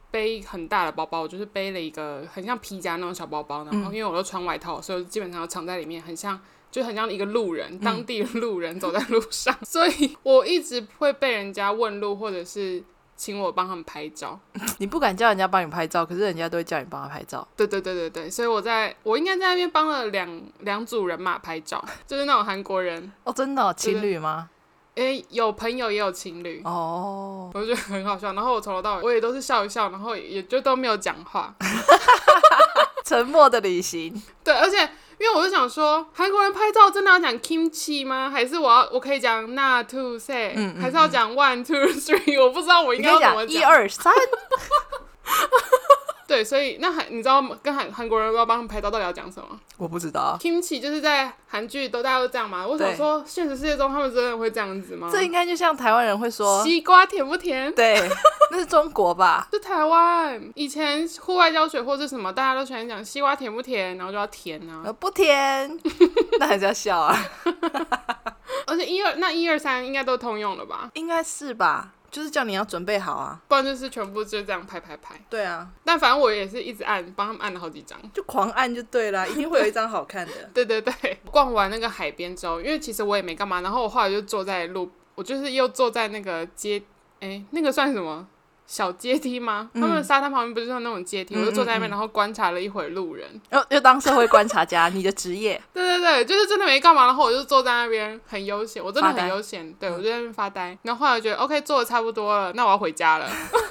[SPEAKER 1] 背很大的包包，我就是背了一个很像皮夹那种小包包，然后因为我都穿外套，所以我基本上都藏在里面，很像。就很像一个路人，当地的路人走在路上， 所以我一直会被人家问路，或者是请我帮他们拍照。
[SPEAKER 2] 你不敢叫人家帮你拍照，可是人家都会叫你帮他拍照。
[SPEAKER 1] 对对对对对，所以我在我应该在那边帮了两两组人马拍照， 就是那种韩国人，
[SPEAKER 2] 哦，真的哦、
[SPEAKER 1] 对
[SPEAKER 2] 情侣吗？
[SPEAKER 1] 因为有朋友也有情侣，
[SPEAKER 2] 哦，
[SPEAKER 1] 我就觉得很好笑。然后我从头到尾我也都是笑一笑，然后也就都没有讲话。
[SPEAKER 2] 沉默的旅行，
[SPEAKER 1] 对，而且因为我就想说，韩国人拍照真的要讲 kimchi 吗？还是我要我可以讲 na two say，、
[SPEAKER 2] 嗯嗯
[SPEAKER 1] 还是要讲 one two three？我不知 道我应
[SPEAKER 2] 你
[SPEAKER 1] 该
[SPEAKER 2] 可以
[SPEAKER 1] 要怎么
[SPEAKER 2] 讲一二三，
[SPEAKER 1] 对，所以那韩你知道吗跟韩韩国人要帮他们拍照到底要讲什么
[SPEAKER 2] 我不知道，啊
[SPEAKER 1] ？kimchi 就是在韩剧都大家都这样嘛。我想
[SPEAKER 2] 对
[SPEAKER 1] 说，现实世界中他们真的会这样子吗？
[SPEAKER 2] 这应该就像台湾人会说，
[SPEAKER 1] 西瓜甜不甜？
[SPEAKER 2] 对，那是中国吧？
[SPEAKER 1] 就台湾以前户外教学或是什么，大家都喜欢讲西瓜甜不甜，然后就要甜啊。
[SPEAKER 2] 呃，不 甜，那还是要笑啊，
[SPEAKER 1] 而且一二那一二三应该都通用了吧？
[SPEAKER 2] 应该是吧？就是叫你要准备好啊，
[SPEAKER 1] 不然就是全部就这样拍拍拍。
[SPEAKER 2] 对啊，
[SPEAKER 1] 但反正我也是一直按，帮他们按了好几张。。
[SPEAKER 2] 就狂按就对了，一定会有一张好看的
[SPEAKER 1] 对对对，逛完那个海边之后，因为其实我也没干嘛，然后我后来就坐在路，我就是又坐在那个阶，哎，那个算什么小阶梯吗？他们沙滩旁边不是有那种阶梯，我就坐在那边，然后观察了一会儿路人。
[SPEAKER 2] 又又当社会观察家，你的职 业
[SPEAKER 1] 对对对，就是真的没干嘛，然后我就坐在那边很悠闲，我真的
[SPEAKER 2] 发呆嗯
[SPEAKER 1] 很悠闲，对我就在那边发呆。然后后来我觉得 OK 做的差不多了，那我要回家了。
[SPEAKER 2] 嗯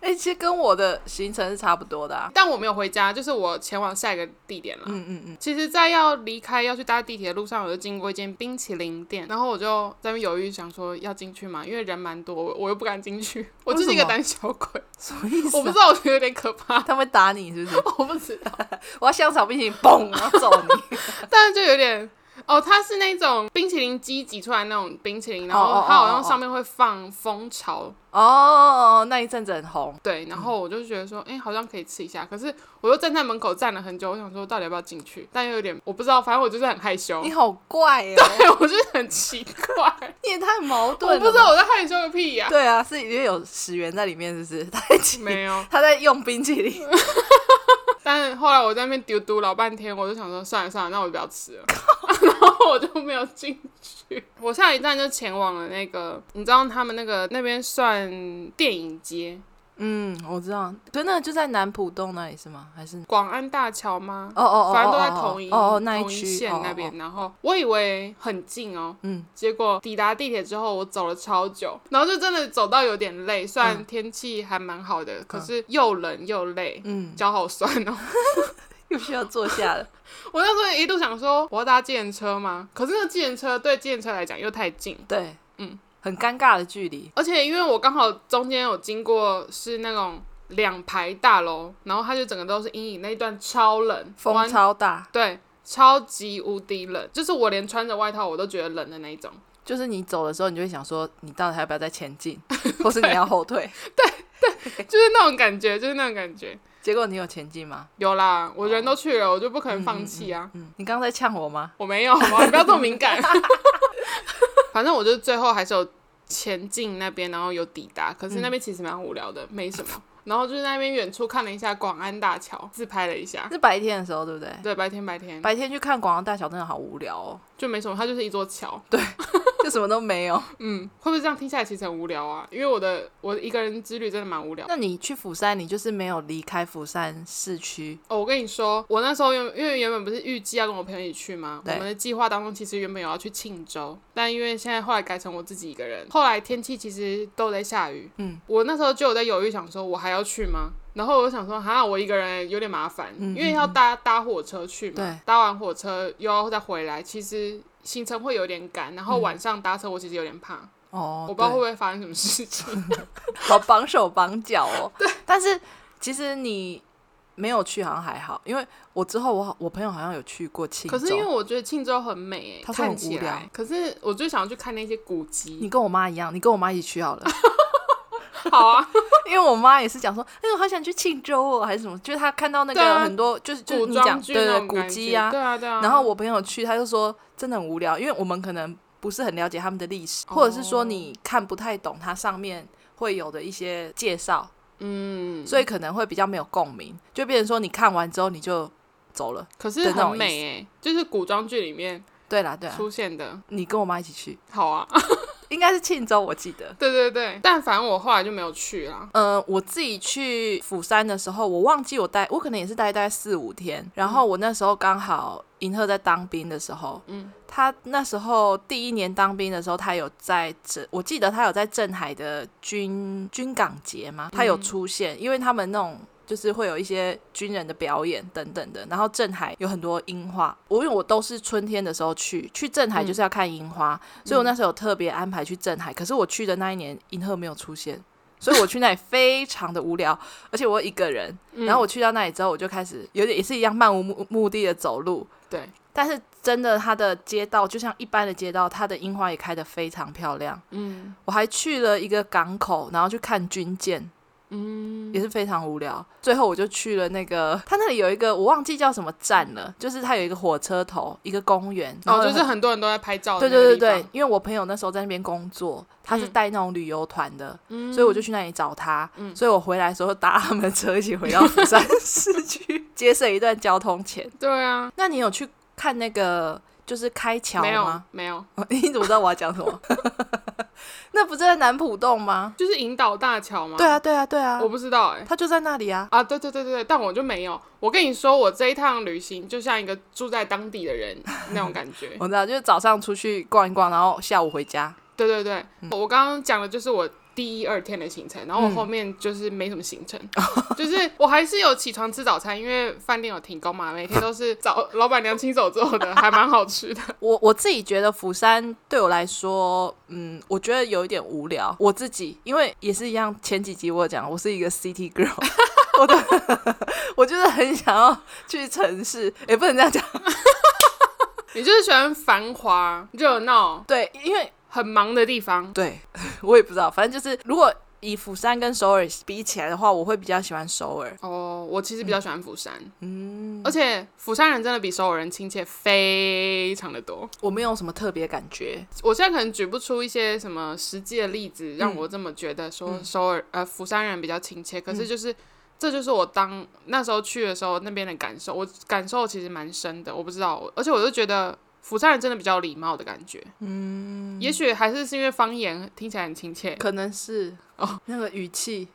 [SPEAKER 2] 哎、其实跟我的行程是差不多的啊。
[SPEAKER 1] 但我没有回家，就是我前往下一个地点了。
[SPEAKER 2] 嗯嗯嗯，
[SPEAKER 1] 其实，在要离开要去搭地铁的路上，我就经过一间冰淇淋店，然后我就在那边犹豫，想说要进去嘛，因为人蛮多，我我又不敢进去，我就是一个胆小鬼，
[SPEAKER 2] 什么意思、啊
[SPEAKER 1] 我不知道，我觉得有点可 怕，
[SPEAKER 2] 他们打你是不是？
[SPEAKER 1] 我不知道，
[SPEAKER 2] 我要香草冰淇淋，嘣，我要揍你。
[SPEAKER 1] 但是就有点。哦，它是那种冰淇淋机挤出来那种冰淇淋，然
[SPEAKER 2] 哦哦
[SPEAKER 1] 后
[SPEAKER 2] 哦
[SPEAKER 1] 它好
[SPEAKER 2] 哦
[SPEAKER 1] 像
[SPEAKER 2] 哦
[SPEAKER 1] 上面会放蜂巢，
[SPEAKER 2] 哦，那一阵子很红，
[SPEAKER 1] 对，然后我就觉得说，哎、好像可以吃一下，可是我又站在门口站了很久，我想说到底要不要进去，但又有点我不知道，反正我就是很害羞
[SPEAKER 2] 你，好怪哦、
[SPEAKER 1] 对我就是很奇怪，
[SPEAKER 2] 你也太矛
[SPEAKER 1] 我
[SPEAKER 2] 盾了吧。
[SPEAKER 1] 不知道我在害羞个屁呀、
[SPEAKER 2] 对啊，是因为有十元在里面，是不 是？太奇
[SPEAKER 1] 没有，
[SPEAKER 2] 他在用冰淇淋，
[SPEAKER 1] 但后来我在那边丢丢老半天，我就想说算了算了，那我就不要吃了， 然后我就没有进去。我下一站就前往了那个，你知道他们那个那边算电影街，
[SPEAKER 2] 嗯，我知道，可那个就在南浦洞那里是吗？还是哦
[SPEAKER 1] 广安大桥吗？
[SPEAKER 2] 哦哦，哦
[SPEAKER 1] 反正都在同一
[SPEAKER 2] 哦哦那一
[SPEAKER 1] 同
[SPEAKER 2] 区
[SPEAKER 1] 一线那，
[SPEAKER 2] 哦
[SPEAKER 1] 边。然后我以为很近哦，
[SPEAKER 2] 嗯，
[SPEAKER 1] 结果抵达地铁之后，我走了超久，然后就真的走到有点累。虽然
[SPEAKER 2] 嗯
[SPEAKER 1] 天气还蛮好的，可是又冷又累
[SPEAKER 2] 哦，嗯，
[SPEAKER 1] 脚好酸哦。
[SPEAKER 2] 又需要坐下了。
[SPEAKER 1] 我那时候一度想说，我要搭计程车吗？可是那计程车对计程车来讲又太近，
[SPEAKER 2] 对，
[SPEAKER 1] 嗯，
[SPEAKER 2] 很尴尬的距离。
[SPEAKER 1] 而且因为我刚好中间有经过是那种两排大楼，然后它就整个都是阴影，那一段超冷，
[SPEAKER 2] 风
[SPEAKER 1] 完
[SPEAKER 2] 超大，
[SPEAKER 1] 对，超级无敌冷，就是我连穿着外套我都觉得冷的那一种。
[SPEAKER 2] 就是你走的时候，你就会想说，你到底要不要再前 进，或是你要后退？
[SPEAKER 1] 就是那种感觉，就是那种感觉。
[SPEAKER 2] 结果你有前进吗？
[SPEAKER 1] 有啦，我人都去了，我就不可能放弃啊！
[SPEAKER 2] 哦嗯，你刚刚在呛我吗？
[SPEAKER 1] 我没有，好 吧，你不要这么敏感。 反正我就最后还是有前进那边，然后有抵达，可是那边其实蛮无聊的，没什么。然后就是在那边远处看了一下广安大桥，自拍了一下。
[SPEAKER 2] 是白天的时候，对不对？
[SPEAKER 1] 对，白天白天
[SPEAKER 2] 白天去看广告大桥真的好无聊哦。
[SPEAKER 1] 就没什么，它就是一座桥。
[SPEAKER 2] 对，就什么都没有。
[SPEAKER 1] 嗯，会不会这样听下来其实很无聊啊？因为我的我一个人之旅真的蛮无聊。
[SPEAKER 2] 那你去釜山，你就是没有离开釜山市区，
[SPEAKER 1] 哦，我跟你说，我那时候原因为原本不是预计要跟我朋友一起去吗？我
[SPEAKER 2] 对
[SPEAKER 1] 们的计划当中其实原本有要去庆州，但因为现在后来改成我自己一个人，后来天气其实都在下雨。
[SPEAKER 2] 嗯，
[SPEAKER 1] 我那时候就有在犹豫，想说我还要去吗？然后我就想说，哈，我一个人有点麻烦，
[SPEAKER 2] 嗯
[SPEAKER 1] 因为要搭搭火车去嘛
[SPEAKER 2] 对，
[SPEAKER 1] 搭完火车又要再回来，其实行程会有点赶，然后晚上搭车我其实有点怕，
[SPEAKER 2] 嗯哦，
[SPEAKER 1] 我不知道
[SPEAKER 2] 对
[SPEAKER 1] 会不会发生什么事情。
[SPEAKER 2] 好绑手绑脚哦。但是其实你没有去好像还好，因为我之后我好我朋友好像有去过庆
[SPEAKER 1] 可
[SPEAKER 2] 州。
[SPEAKER 1] 是因为我觉得庆州很美、欸，
[SPEAKER 2] 他说很
[SPEAKER 1] 看起
[SPEAKER 2] 无聊
[SPEAKER 1] 来，可是我就想要去看那些古迹。
[SPEAKER 2] 你跟我妈一样，你跟我妈一起去好 了，
[SPEAKER 1] 好啊，
[SPEAKER 2] 因为我妈也是讲说，哎、我好想去庆州哦，还是什么，就是她看到那
[SPEAKER 1] 对
[SPEAKER 2] 个
[SPEAKER 1] 啊
[SPEAKER 2] 很多，就是就是
[SPEAKER 1] 古
[SPEAKER 2] 你
[SPEAKER 1] 装
[SPEAKER 2] 讲
[SPEAKER 1] 剧
[SPEAKER 2] 对
[SPEAKER 1] 那
[SPEAKER 2] 对
[SPEAKER 1] 种
[SPEAKER 2] 古
[SPEAKER 1] 感
[SPEAKER 2] 迹
[SPEAKER 1] 觉
[SPEAKER 2] 啊，
[SPEAKER 1] 对啊对啊。
[SPEAKER 2] 然后我朋友去，他就说真的很无聊，因为我们可能不是很了解他们的历史，
[SPEAKER 1] 哦
[SPEAKER 2] 或者是说你看不太懂它上面会有的一些介绍，
[SPEAKER 1] 嗯，
[SPEAKER 2] 所以可能会比较没有共鸣，就变成说你看完之后你就走了。
[SPEAKER 1] 可是
[SPEAKER 2] 的那种
[SPEAKER 1] 很美哎、就是古装剧里面
[SPEAKER 2] 对啦，对啊啦，
[SPEAKER 1] 出现的。
[SPEAKER 2] 你跟我妈一起去，
[SPEAKER 1] 好啊，
[SPEAKER 2] 应该是庆州，我记得。
[SPEAKER 1] 对对对，但反正我后来就没有去啦。
[SPEAKER 2] 呃，我自己去釜山的时候，我忘记我待，我可能也是待大概四五天。然后我那时候刚好银赫在当兵的时候，
[SPEAKER 1] 嗯，
[SPEAKER 2] 他那时候第一年当兵的时候，他有在这，我记得他有在镇海的军军港节嘛，他有出现，因为他们那种。就是会有一些军人的表演等等的，然后镇海有很多樱花，我因为我都是春天的时候去，去镇海就是要看樱花，所以
[SPEAKER 1] 嗯
[SPEAKER 2] 我那时候有特别安排去镇海，可是我去的那一年银鹤没有出现，所以我去那里非常的无聊，而且我一个人，
[SPEAKER 1] 嗯
[SPEAKER 2] 然后我去到那里之后，我就开始有点也是一样漫无目目的的走路，
[SPEAKER 1] 对，
[SPEAKER 2] 但是真的，它的街道就像一般的街道，它的樱花也开得非常漂亮。
[SPEAKER 1] 嗯
[SPEAKER 2] 我还去了一个港口，然后去看军舰，
[SPEAKER 1] 嗯
[SPEAKER 2] 也是非常无聊。最后我就去了那个，它那里有一个我忘记叫什么站了，就是它有一个火车头，一个公园，然后
[SPEAKER 1] 哦，
[SPEAKER 2] 有
[SPEAKER 1] 就是很多人都在拍照的
[SPEAKER 2] 对
[SPEAKER 1] 哦那个
[SPEAKER 2] 对
[SPEAKER 1] 地
[SPEAKER 2] 对
[SPEAKER 1] 方。
[SPEAKER 2] 对，因为我朋友那时候在那边工作，他是
[SPEAKER 1] 嗯
[SPEAKER 2] 带那种旅游团的，
[SPEAKER 1] 嗯
[SPEAKER 2] 所以我就去那里找他。
[SPEAKER 1] 嗯
[SPEAKER 2] 所以我回来的时候搭他们的车一起回到釜 山市区，节省一段交通钱。
[SPEAKER 1] 对啊，
[SPEAKER 2] 那你有去看那个就是开桥
[SPEAKER 1] 没有
[SPEAKER 2] 吗？
[SPEAKER 1] 没有，
[SPEAKER 2] 你怎么知道我要讲什么？ 那不是在南浦洞吗？
[SPEAKER 1] 就是引导大桥嘛。
[SPEAKER 2] 对，啊，对啊，对啊
[SPEAKER 1] 我，不知道哎、
[SPEAKER 2] 他就在那里啊。
[SPEAKER 1] 啊，对对对对对，但我就没有。我跟你说，我这一趟旅行就像一个住在当地的人那种感 觉。
[SPEAKER 2] 我知道，就是早上出去逛一逛，然后下午回家。
[SPEAKER 1] 对对对，我刚刚讲的就是我第一二天的行程，然后我后面就是没什么行程，就是我还是有起床吃早餐，因为饭店有停工嘛，每天都是早老板娘亲手做的，还蛮好吃的。
[SPEAKER 2] 我我自己觉得釜山对我来说，嗯，我觉得有一点无聊。我自己因为也是一样，前几集我有讲，我是一个 city girl，我 的 我就是很想要去城市，也不能这样讲。
[SPEAKER 1] 你就是喜欢繁华、热闹、
[SPEAKER 2] 对，因为
[SPEAKER 1] 很忙的地方。
[SPEAKER 2] 对，我也不知道，反正就是如果以釜山跟首尔比起来的话，我会比较喜欢首尔。
[SPEAKER 1] 哦，我其实比较喜欢釜山，
[SPEAKER 2] 嗯，
[SPEAKER 1] 而且釜山人真的比首尔人亲切非常的多。
[SPEAKER 2] 我没有什么特别感觉。
[SPEAKER 1] 我现在可能举不出一些什么实际的例子，让我这么觉得说首尔、呃釜山人比较亲切，可是就是。这就是我当那时候去的时候那边的感受，我感受其实蛮深的。我不知道，而且我就觉得釜山人真的比较礼貌的感觉。嗯，也许还是是因为方言听起来很亲切，
[SPEAKER 2] 可能是哦，那个语气，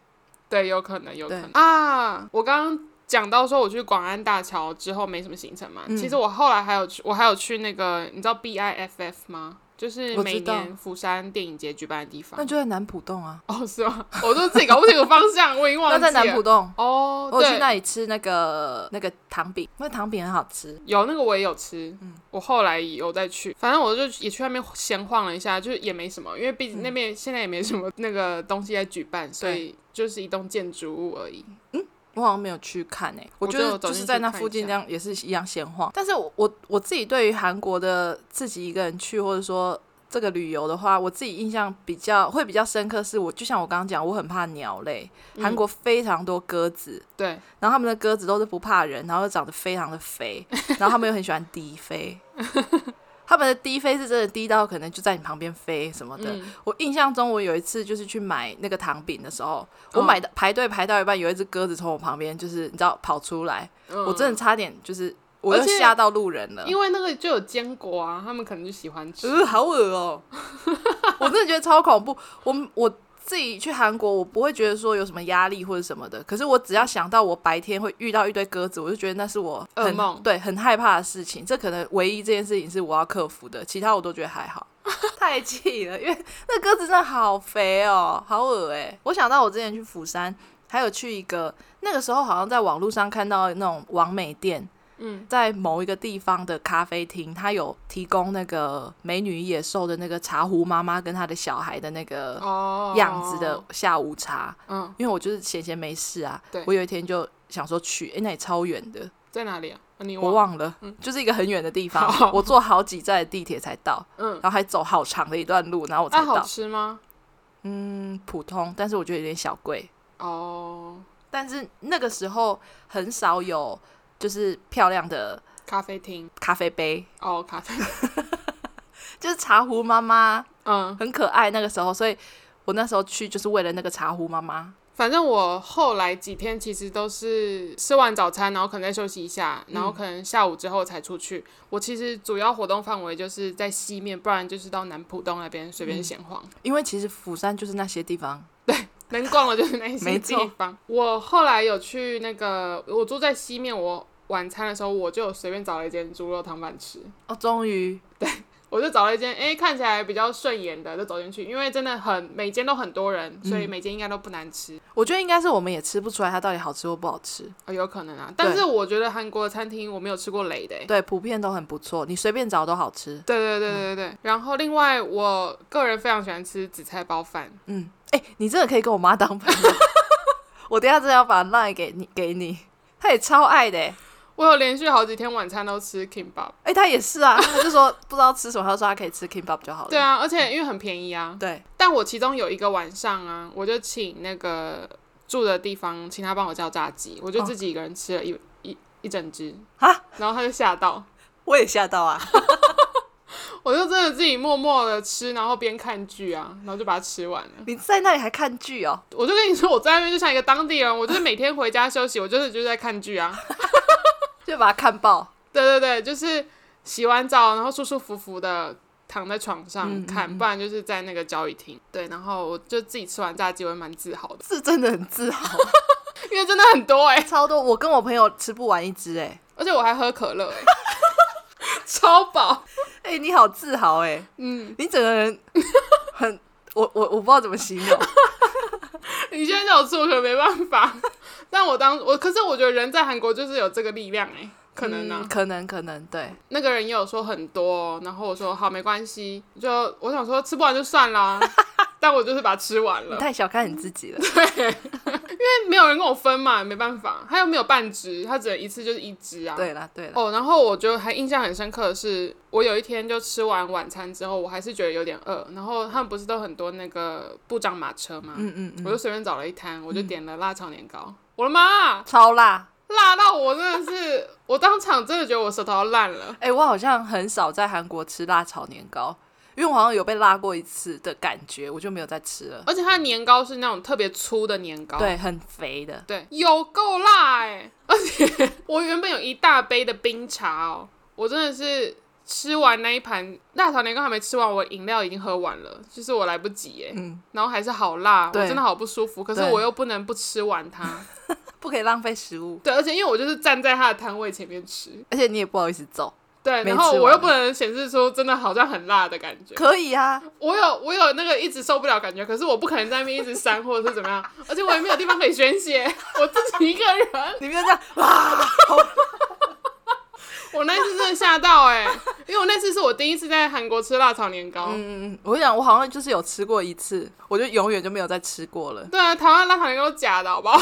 [SPEAKER 1] 对，有可能，有可
[SPEAKER 2] 对
[SPEAKER 1] 能啊！我刚刚讲到说我去广安大桥之后没什么行程嘛，
[SPEAKER 2] 嗯
[SPEAKER 1] 其实我后来还有去，我还有去那个你知道 BIFF 吗？就是
[SPEAKER 2] 我
[SPEAKER 1] 每
[SPEAKER 2] 知道
[SPEAKER 1] 年釜山电影节举办的地
[SPEAKER 2] 那
[SPEAKER 1] 方。
[SPEAKER 2] 就在南浦洞啊，
[SPEAKER 1] 哦，是吗？我都自己搞不清楚方向，我已经忘
[SPEAKER 2] 那
[SPEAKER 1] 记了。
[SPEAKER 2] 在南浦洞。
[SPEAKER 1] 哦，
[SPEAKER 2] 我有去
[SPEAKER 1] 对，
[SPEAKER 2] 那里吃那个那个糖饼，那糖饼很好吃。
[SPEAKER 1] 有那个我也有吃，
[SPEAKER 2] 嗯
[SPEAKER 1] 我后来有再去，反正我就也去那边闲晃了一下，就是也没什么，因为
[SPEAKER 2] 嗯
[SPEAKER 1] 毕竟那边现在也没什么 那个东西在举办，所以就是一栋建筑物而已。
[SPEAKER 2] 我好像没有去看诶、我
[SPEAKER 1] 我
[SPEAKER 2] 觉
[SPEAKER 1] 就
[SPEAKER 2] 得
[SPEAKER 1] 有走
[SPEAKER 2] 就是
[SPEAKER 1] 进
[SPEAKER 2] 在
[SPEAKER 1] 去
[SPEAKER 2] 那
[SPEAKER 1] 看
[SPEAKER 2] 附
[SPEAKER 1] 一
[SPEAKER 2] 近
[SPEAKER 1] 下
[SPEAKER 2] 这样也是一样闲晃。但是我我我自己对于韩国的自己一个人去，或者说这个旅游的话，我自己印象比较会比较深刻是我，就像我刚刚讲，我很怕鸟类，
[SPEAKER 1] 嗯
[SPEAKER 2] 韩国非常多鸽子，
[SPEAKER 1] 对，
[SPEAKER 2] 然后他们的鸽子都是不怕人，然后又长得非常的 肥，然后他们又很喜欢低飞。他们的低飞是真的低到可能就在你旁边飞什么的。
[SPEAKER 1] 嗯
[SPEAKER 2] 我印象中，我有一次就是去买那个糖饼的时候，我
[SPEAKER 1] 嗯
[SPEAKER 2] 买的排队排到一半，有一只鸽子从我旁边就是你知道跑出来，我真的差点就是
[SPEAKER 1] 嗯
[SPEAKER 2] 我
[SPEAKER 1] 而
[SPEAKER 2] 又
[SPEAKER 1] 且
[SPEAKER 2] 吓到路人了，
[SPEAKER 1] 因为那个就有坚果啊，他们可能就喜欢吃。
[SPEAKER 2] 呃，好恶哦、 我真的觉得超恐怖。我我自己去韩国，我不会觉得说有什么压力或者什么的。可是我只要想到我白天会遇到一堆鸽子，我就觉得那是我
[SPEAKER 1] 噩
[SPEAKER 2] 很
[SPEAKER 1] 梦
[SPEAKER 2] 对很害怕的事情。这可能唯一这件事情是我要克服的，其他我都觉得还好。 太气了，因为那鸽子真的好肥哦、好恶哎、我想到我之前去釜山，还有去一个那个时候好像在网络上看到那种网美店，
[SPEAKER 1] 嗯，
[SPEAKER 2] 在某一个地方的咖啡厅，它有提供那个美女与野兽的那个茶壶妈妈跟她的小孩的那个
[SPEAKER 1] 哦，
[SPEAKER 2] 样子的，下午茶。
[SPEAKER 1] 嗯，
[SPEAKER 2] 因为我就是闲闲没事啊
[SPEAKER 1] 对，
[SPEAKER 2] 我有一天就想说去，诶，那里超远的，
[SPEAKER 1] 在哪里啊？啊你
[SPEAKER 2] 我
[SPEAKER 1] 了？
[SPEAKER 2] 忘了，就是一个很远的地方
[SPEAKER 1] 好，
[SPEAKER 2] 我坐好几站的地铁才到，
[SPEAKER 1] 嗯，
[SPEAKER 2] 然后还走好长的一段路，然后我才
[SPEAKER 1] 啊，好
[SPEAKER 2] 到。
[SPEAKER 1] 吃吗？
[SPEAKER 2] 嗯，普通，但是我觉得有点小贵。
[SPEAKER 1] 哦，
[SPEAKER 2] 但是那个时候很少有就是漂亮的
[SPEAKER 1] 咖啡厅，
[SPEAKER 2] 咖啡杯，
[SPEAKER 1] 哦，咖啡，
[SPEAKER 2] 就是茶壶妈妈
[SPEAKER 1] 嗯，
[SPEAKER 2] 很可爱那个时候，所以我那时候去就是为了那个茶壶妈妈。
[SPEAKER 1] 反正我后来几天其实都是吃完早餐，然后可能再休息一下，
[SPEAKER 2] 嗯
[SPEAKER 1] 然后可能下午之后才出去。我其实主要活动范围就是在西面，不然就是到南浦东那边随
[SPEAKER 2] 嗯
[SPEAKER 1] 便闲晃。
[SPEAKER 2] 因为其实釜山就是那些地方，
[SPEAKER 1] 能逛的就是那些
[SPEAKER 2] 没
[SPEAKER 1] 地
[SPEAKER 2] 错
[SPEAKER 1] 方。我后来有去那个，我住在西面，我晚餐的时候我就有随便找了一间猪肉汤饭吃，
[SPEAKER 2] 哦，终于
[SPEAKER 1] 我就找了一间诶看起来比较顺眼的就走进去，因为真的很每间都很多人，所以每间应该都不难吃。
[SPEAKER 2] 我觉得应该是我们也吃不出来它到底好吃或不好 吃。
[SPEAKER 1] 哦，有可能啊，但是我觉得韩国的餐厅我没有吃过雷的、欸。
[SPEAKER 2] 对，普遍都很不错，你随便找都好吃。
[SPEAKER 1] 对对对对对对。然后另外，我个人非常喜欢吃紫菜包饭。
[SPEAKER 2] 嗯，哎、你真的可以跟我妈当朋友。 我等一下真的要把 line 给你给你，她也超爱的、欸。
[SPEAKER 1] 我有连续好几天晚餐都吃 kimbap。
[SPEAKER 2] 哎、她也是啊，她就说不知道吃什么，她说她可以吃 kimbap 就好了。
[SPEAKER 1] 对啊，而且因为很便宜啊。
[SPEAKER 2] 对，
[SPEAKER 1] 但我其中有一个晚上啊，我就请那个住的地方，请他帮我叫炸鸡，我就
[SPEAKER 2] 哦
[SPEAKER 1] 自己一个人吃了一、一一整只
[SPEAKER 2] 啊，
[SPEAKER 1] 然后他就吓到，
[SPEAKER 2] 我也吓到 啊。
[SPEAKER 1] 我就真的自己默默的吃，然后边看剧啊，然后就把它吃完了。
[SPEAKER 2] 你在那里还看剧哦？
[SPEAKER 1] 我就跟你说，我在那边就像一个当地人，我就是每天回家休息，我就是就是在看剧啊。
[SPEAKER 2] 就把它看爆。
[SPEAKER 1] 对对对，就是洗完澡，然后舒舒服服的躺在床上
[SPEAKER 2] 嗯
[SPEAKER 1] 看，
[SPEAKER 2] 嗯嗯
[SPEAKER 1] 不然就是在那个交易厅。对，然后我就自己吃完炸鸡，我也蛮自豪的，
[SPEAKER 2] 是真的很自豪，
[SPEAKER 1] 因为真的很多哎、
[SPEAKER 2] 超多。我跟我朋友吃不完一只、欸，
[SPEAKER 1] 而且我还喝可 乐、欸，超饱。
[SPEAKER 2] 哎、你好自豪、欸，
[SPEAKER 1] 嗯，
[SPEAKER 2] 你整个人很， 我我我不知道怎么形容，
[SPEAKER 1] 你现在叫我吃，我可能没办法。但我当我，可是我觉得人在韩国就是有这个力量哎、可能呢、
[SPEAKER 2] 嗯 可能，可能，对，
[SPEAKER 1] 那个人也有说很多，然后我说好没关系，就我想说吃不完就算啦， 但我就是把它吃完
[SPEAKER 2] 你
[SPEAKER 1] 了，
[SPEAKER 2] 太小看你自己了。
[SPEAKER 1] 因为没有人跟我分嘛，没办法，他又没有半只，他只能一次就是一只啊。
[SPEAKER 2] 对啦，对啦，
[SPEAKER 1] 哦，然后我觉得还印象很深刻的是，我有一天就吃完晚餐之后，我还是觉得有点饿。然后他们不是都很多那个部长马车吗？
[SPEAKER 2] 嗯嗯
[SPEAKER 1] 我
[SPEAKER 2] 嗯，
[SPEAKER 1] 就随便找了一摊，我就点了辣炒年糕。我的妈啊，
[SPEAKER 2] 超辣。
[SPEAKER 1] 辣到我真的是，我当场真的觉得我舌头要烂了。
[SPEAKER 2] 哎、我好像很少在韩国吃辣炒年糕，因为我好像有被辣过一次的感觉，我就没有再吃了。
[SPEAKER 1] 而且它的年糕是那种特别粗的年糕，
[SPEAKER 2] 对，很肥的，
[SPEAKER 1] 对，有够辣哎、而且 我原本有一大杯的冰茶哦，我真的是吃完那一盘辣炒年糕还没吃完，我饮料已经喝完了，就是我来不及哎、
[SPEAKER 2] 嗯，
[SPEAKER 1] 然后还是好辣，我
[SPEAKER 2] 对
[SPEAKER 1] 真的好不舒服。可是
[SPEAKER 2] 对
[SPEAKER 1] 我又不能不吃完 它，
[SPEAKER 2] 不可以浪费食物，
[SPEAKER 1] 对，而且因为我就是站在他的摊位前面吃，
[SPEAKER 2] 而且你也不好意思走。
[SPEAKER 1] 对，
[SPEAKER 2] 没
[SPEAKER 1] 然后
[SPEAKER 2] 吃
[SPEAKER 1] 我
[SPEAKER 2] 完
[SPEAKER 1] 又不能显示出真的好像很辣的感觉。
[SPEAKER 2] 可以啊，
[SPEAKER 1] 我有我有那个一直受不了感觉，可是我不可能在那边一直删或者是怎 么样，而且我也没有地方可以宣泄，我自己一个人，
[SPEAKER 2] 你不要这样哇，
[SPEAKER 1] 我那次真的吓到哎、因为我那次是我第一次在韩国吃辣炒年糕。
[SPEAKER 2] 嗯嗯嗯，我跟你讲，我好像就是有吃过一次，我就永远就没有再吃过了，
[SPEAKER 1] 对啊，台湾辣炒年糕都假的，好不好？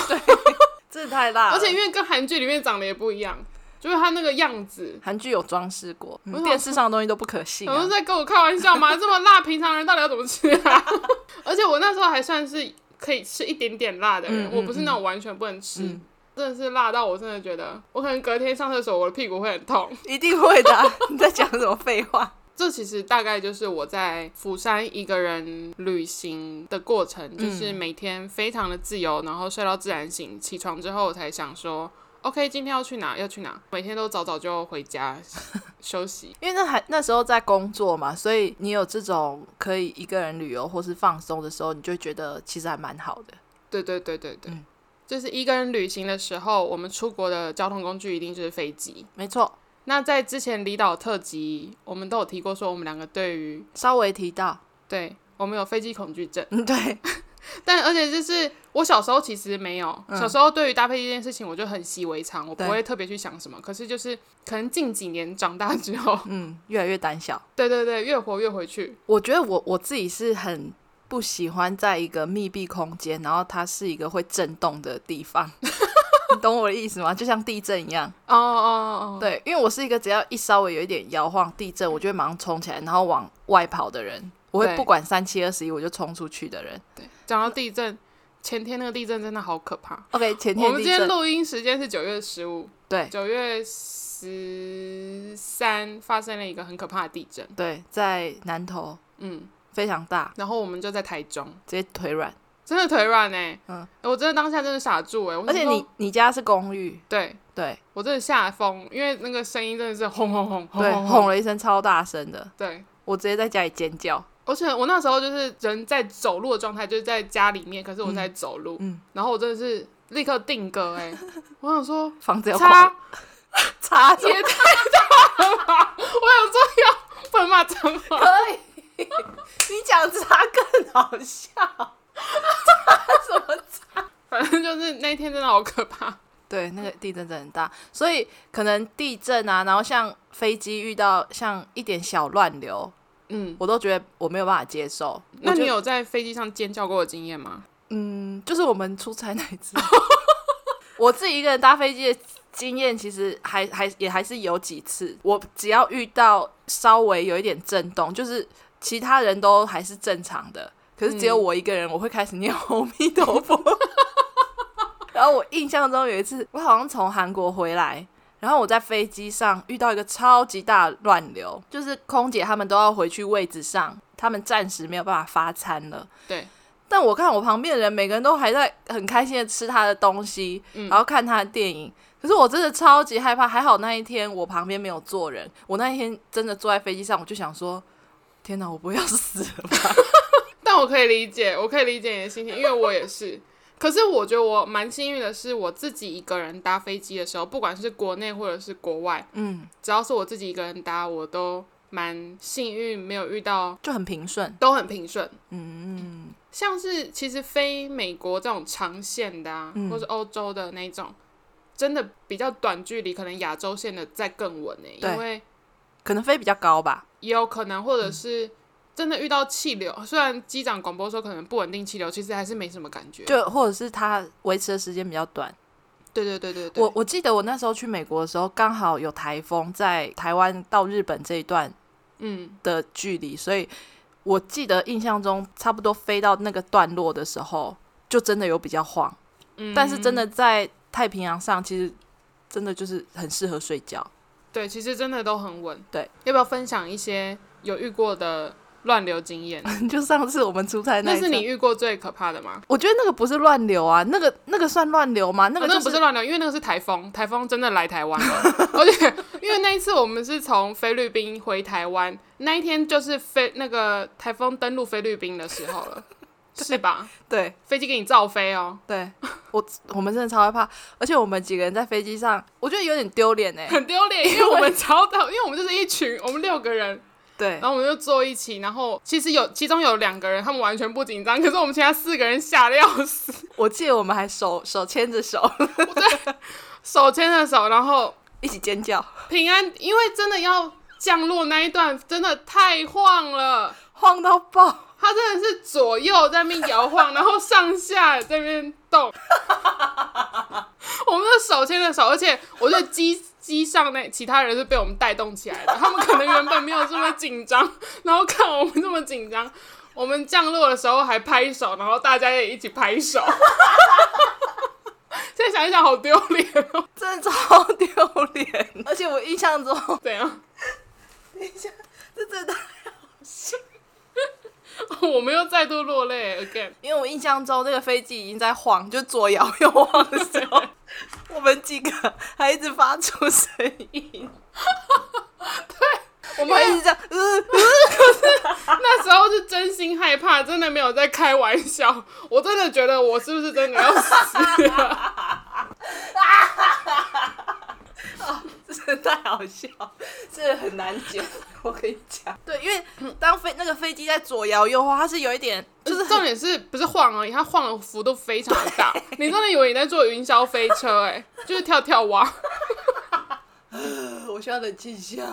[SPEAKER 2] 真的太辣了。
[SPEAKER 1] 而且因为跟韩剧里面长得也不一样，就是它那个样子，
[SPEAKER 2] 韩剧有装饰过，
[SPEAKER 1] 我想
[SPEAKER 2] 嗯电视上的东西都不可信、
[SPEAKER 1] 我
[SPEAKER 2] 啊
[SPEAKER 1] 是。在跟我开玩笑吗？这 么辣，平常人到底要怎么吃啊？ 而且我那时候还算是可以吃一点点辣的人，
[SPEAKER 2] 嗯嗯
[SPEAKER 1] 我不是那种完全不能吃，
[SPEAKER 2] 嗯
[SPEAKER 1] 真的是辣到我真的觉得，我可能隔天上厕所我的屁股会很痛。
[SPEAKER 2] 一定会的啊、 你在讲什么废话？
[SPEAKER 1] 这其实大概就是我在釜山一个人旅行的过程，就是每天非常的自由，然后睡到自然醒，起床之后我才想说， OK，今天要去哪要去哪，每天都早早就回家休息。
[SPEAKER 2] 因为那还那时候在工作嘛，所以你有这种可以一个人旅游或是放松的时候，你就会觉得其实还蛮好的。
[SPEAKER 1] 对对对对对，
[SPEAKER 2] 嗯
[SPEAKER 1] 就是一个人旅行的时候，我们出国的交通工具一定就是飞机。
[SPEAKER 2] 没错，
[SPEAKER 1] 那在之前离岛特辑，我们都有提过说，我们两个对于
[SPEAKER 2] 稍微提到，
[SPEAKER 1] 对我们有飞机恐惧症，
[SPEAKER 2] 嗯， 对，
[SPEAKER 1] 但而且就是我小时候其实没有，
[SPEAKER 2] 嗯
[SPEAKER 1] 小时候对于搭配这件事情我就很习以为常，我不
[SPEAKER 2] 对
[SPEAKER 1] 会特别去想什么。可是就是可能近几年长大之后，
[SPEAKER 2] 嗯，越来越胆小。
[SPEAKER 1] 对对对，越活越回去。
[SPEAKER 2] 我觉得我我自己是很不喜欢在一个密闭空间，然后它是一个会震动的地方， 你懂我的意思吗？就像地震一样。
[SPEAKER 1] 哦哦哦，
[SPEAKER 2] 对，因为我是一个只要一稍微有一点摇晃、地震，我就会马上冲起来，然后往外跑的人。我会
[SPEAKER 1] 对
[SPEAKER 2] 不管三七二十一，我就冲出去的人。
[SPEAKER 1] 对，讲到地震，前天那个地震真的好可怕。
[SPEAKER 2] OK，前
[SPEAKER 1] 我
[SPEAKER 2] 天
[SPEAKER 1] 们
[SPEAKER 2] 地
[SPEAKER 1] 今天
[SPEAKER 2] 震，
[SPEAKER 1] 录音时间是九月十五，
[SPEAKER 2] 对
[SPEAKER 1] 九月十三发生了一个很可怕的地震，
[SPEAKER 2] 对，在南投
[SPEAKER 1] 嗯，
[SPEAKER 2] 非常大，
[SPEAKER 1] 然后我们就在台中，
[SPEAKER 2] 直接腿软。
[SPEAKER 1] 真的腿软哎、
[SPEAKER 2] 嗯
[SPEAKER 1] 我真的当下真的傻住哎、我
[SPEAKER 2] 而且
[SPEAKER 1] 想说
[SPEAKER 2] 你你家是公寓，
[SPEAKER 1] 对
[SPEAKER 2] 对
[SPEAKER 1] 我真的吓疯，因为那个声音真的是轰轰轰轰
[SPEAKER 2] 对，
[SPEAKER 1] 轰
[SPEAKER 2] 轰了一声超大声的，
[SPEAKER 1] 对。
[SPEAKER 2] 我直接在家里尖叫。
[SPEAKER 1] 而且我那时候就是人在走路的状态，就是在家里面，可是我在走路，
[SPEAKER 2] 嗯
[SPEAKER 1] 然后我真的是立刻定格 哎、我想说
[SPEAKER 2] 房子要
[SPEAKER 1] 擦
[SPEAKER 2] 垮， 擦
[SPEAKER 1] 也太大了吧！我 想说要不能骂脏话，
[SPEAKER 2] 可以， 你讲擦更好笑，擦什么
[SPEAKER 1] 反正就是那一天真的好可怕。
[SPEAKER 2] 对，那个地震真的很大，所以可能地震啊，然后像飞机遇到像一点小乱流，
[SPEAKER 1] 嗯，
[SPEAKER 2] 我都觉得我没有办法接受。
[SPEAKER 1] 那
[SPEAKER 2] 我就
[SPEAKER 1] 你有在飞机上尖叫过的经验吗？
[SPEAKER 2] 嗯，就是我们出差那一次， 我自己一个人搭飞机的经验，其实还还也还是有几次，我只要遇到稍微有一点震动，就是其他人都还是正常的，可是只有
[SPEAKER 1] 嗯
[SPEAKER 2] 我一个人，我会开 始念阿弥陀佛。 然后我印象中有一次，我好像从韩国回来。然后我在飞机上遇到一个超级大的乱流，就是空姐他们都要回去位置上，他们暂时没有办法发餐了，
[SPEAKER 1] 对，
[SPEAKER 2] 但我看我旁边的人，每个人都还在很开心的吃他的东西，
[SPEAKER 1] 嗯
[SPEAKER 2] 然后看他的电影。可是我真的超级害怕，还好那一天我旁边没有坐人。我那一天真的坐在飞机上，我就想说：天哪，我不要死了吧！
[SPEAKER 1] 但我可以理解，我可以理解你的心情，因为我也是。可是我觉得我蛮幸运的是，我自己一个人搭飞机的时候，不管是国内或者是国外，
[SPEAKER 2] 嗯，
[SPEAKER 1] 只要是我自己一个人搭，我都蛮幸运，没有遇到
[SPEAKER 2] 就很平顺。
[SPEAKER 1] 都很平顺。
[SPEAKER 2] 嗯，
[SPEAKER 1] 像是其实飞美国这种长线的啊，
[SPEAKER 2] 嗯
[SPEAKER 1] 或是欧洲的那种，真的比较短距离，可能亚洲线的再更稳呢、
[SPEAKER 2] 对
[SPEAKER 1] 因为
[SPEAKER 2] 可能飞比较高吧。
[SPEAKER 1] 也有可能
[SPEAKER 2] 嗯
[SPEAKER 1] 或者是真的遇到气流，虽然机长广播说可能不稳定气流，其实还是没什么感觉。
[SPEAKER 2] 就或者是它维持的时间比较短。
[SPEAKER 1] 对对对对对，
[SPEAKER 2] 我我记得我那时候去美国的时候，刚好有台风，在台湾到日本这一段
[SPEAKER 1] 嗯
[SPEAKER 2] 的距离，所以我记得印象中差不多飞到那个段落的时候，就真的有比较晃。
[SPEAKER 1] 嗯，
[SPEAKER 2] 但是真的在太平洋上，其实真的就是很适合睡觉。
[SPEAKER 1] 对，其实真的都很稳。
[SPEAKER 2] 对，
[SPEAKER 1] 要不要分享一些有遇过的乱流经验？
[SPEAKER 2] 就上次我们出差
[SPEAKER 1] 那
[SPEAKER 2] 一
[SPEAKER 1] 是
[SPEAKER 2] 次，
[SPEAKER 1] 你遇过最可怕的吗？
[SPEAKER 2] 我觉得那个不是乱流啊，那个那个算乱流吗？那
[SPEAKER 1] 啊
[SPEAKER 2] 个
[SPEAKER 1] 那
[SPEAKER 2] 就
[SPEAKER 1] 个不是乱流，因为那个是台风，台风真的来台湾了。而且因为那一次我们是从菲律宾回台湾，那一天就是飞那个台风登陆菲律宾的时候了，是吧？
[SPEAKER 2] 对
[SPEAKER 1] 飞机给你照飞哦，
[SPEAKER 2] 对， 我我们真的超害怕，而且我们几个人在飞机上，我觉得有点丢脸哎。
[SPEAKER 1] 很丢脸，因为我们超到，因为我们就是一群，我们六个人，
[SPEAKER 2] 对
[SPEAKER 1] 然，后我们就坐一起，然后其实有其中有两个人他们完全不紧张，可是我们其他四个人吓得要死，
[SPEAKER 2] 我记得我们还手手牵着手
[SPEAKER 1] 手牵着手，然后
[SPEAKER 2] 一起尖叫，
[SPEAKER 1] 平安，因为真的要降落那一段真的太晃了。
[SPEAKER 2] 晃到爆。
[SPEAKER 1] 它真的是左右在那边摇晃，然后上下在那边动。我们的手牵着手，而且我觉得机机上那其他人是被我们带动起来的，他们可能原本没有这么紧张，然后看我们这么紧张，我们降落的时候还拍手，然后大家也一起拍手。 现在想一想，好丢脸哦！
[SPEAKER 2] 真的超丢脸， 而且我印象中，
[SPEAKER 1] 怎样？
[SPEAKER 2] 这真的，
[SPEAKER 1] 哦我们又再度落泪 again。
[SPEAKER 2] 因为我印象中那个飞机已经在晃，就左摇右晃的时候，我们们几个还一直发出声 音，
[SPEAKER 1] 我
[SPEAKER 2] 我们还一
[SPEAKER 1] 们
[SPEAKER 2] 直这 样，呃，
[SPEAKER 1] 那时候是真心害怕，真的没有在开玩笑。 我真的觉得我是不是真的要 死了？
[SPEAKER 2] 呃 真的太好笑，这很难解。我跟你讲， 对，因为当飞那个飞机在左摇右晃，它是有一点，就是
[SPEAKER 1] 重点是不是晃而已，它晃的幅度非常的 大，你真的以为你在坐云霄飞车、欸？ 哎，就是跳跳蛙，
[SPEAKER 2] 呃我需要冷静一下。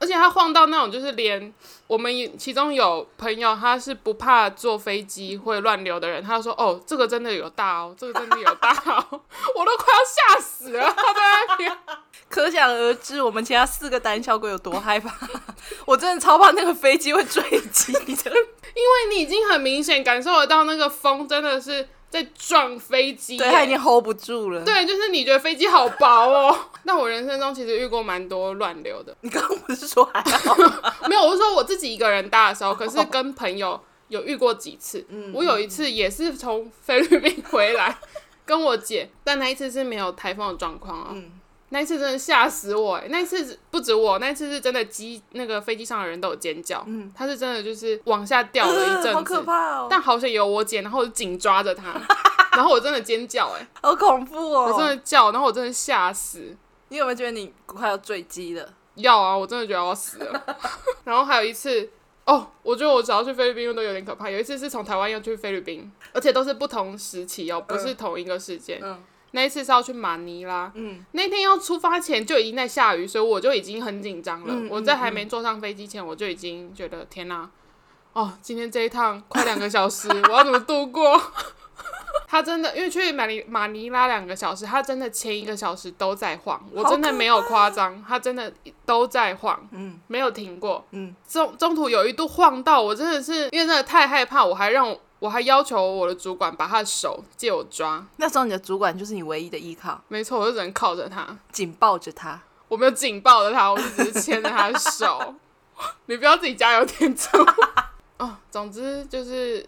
[SPEAKER 1] 而且它晃到那种就是连我们也其中有朋友他是不怕坐飞机会乱流的人，他就说哦这个真的有大哦，这个真的有大哦， 我都快要吓死 了，他在那边。
[SPEAKER 2] 可想而知，我们其他四个胆小鬼有多害怕。 我真的超怕那个飞机会坠机 的。
[SPEAKER 1] 因为你已经很明显感受得到那个风真的是在撞飞机欸耶，
[SPEAKER 2] 对，他已经 hold 不住了。，
[SPEAKER 1] 对，就是你觉得飞机好薄哦。 那我人生中其实遇过蛮多乱流 的，
[SPEAKER 2] 你刚刚不是说还好？
[SPEAKER 1] 没有，我是说我自己一个人搭的时候，可是跟朋友有遇过几次。
[SPEAKER 2] 嗯
[SPEAKER 1] 我有一次也是从菲律宾回来， 跟我姐，但那一次是没有台风的状况哦。
[SPEAKER 2] 嗯
[SPEAKER 1] 那一次真的吓死我、欸！那一次不止我，那一次是真的机那个飞机上的人都有尖叫，
[SPEAKER 2] 嗯
[SPEAKER 1] 他是真的就是往下掉了一阵子，
[SPEAKER 2] 好可怕哦，
[SPEAKER 1] 但好险有我姐，然后我就紧抓着 她，然后我真的尖叫、欸，
[SPEAKER 2] 好恐怖哦。
[SPEAKER 1] 我真的叫，然后我真的吓死，
[SPEAKER 2] 你有没有觉得你快要坠机了？
[SPEAKER 1] 要啊，我真的觉得我要死了。 然后还有一次，哦，我觉得我只要去菲律宾都有点可怕。有一次是从台湾要去菲律宾，而且都是不同时期哦，不是同一个时间。
[SPEAKER 2] 嗯
[SPEAKER 1] 那一次是要去马尼拉，
[SPEAKER 2] 嗯，
[SPEAKER 1] 那天要出发前就已经在下雨，所以我就已经很紧张了。
[SPEAKER 2] 嗯嗯
[SPEAKER 1] 我在还没坐上飞机前，我就已经觉得天哪、哦，今天这一趟快两个小 时，我要怎么度过？ 他真的，因为去马尼马尼拉两个小时，他真的前一个小时都在晃，我真的没有夸张，他真的都在晃，
[SPEAKER 2] 啊嗯，
[SPEAKER 1] 没有停过，
[SPEAKER 2] 嗯，
[SPEAKER 1] 中中途有一度晃到我真的是因为真的太害怕，我还让我我还要求我的主管把他的手借我抓，
[SPEAKER 2] 那时候你的主管就是你唯一的依靠，
[SPEAKER 1] 没错，我就只能靠着他，
[SPEAKER 2] 紧抱着他。
[SPEAKER 1] 我没有紧抱着他，我就只是牵着他的手。 你不要自己加油添醋 哦。总之就是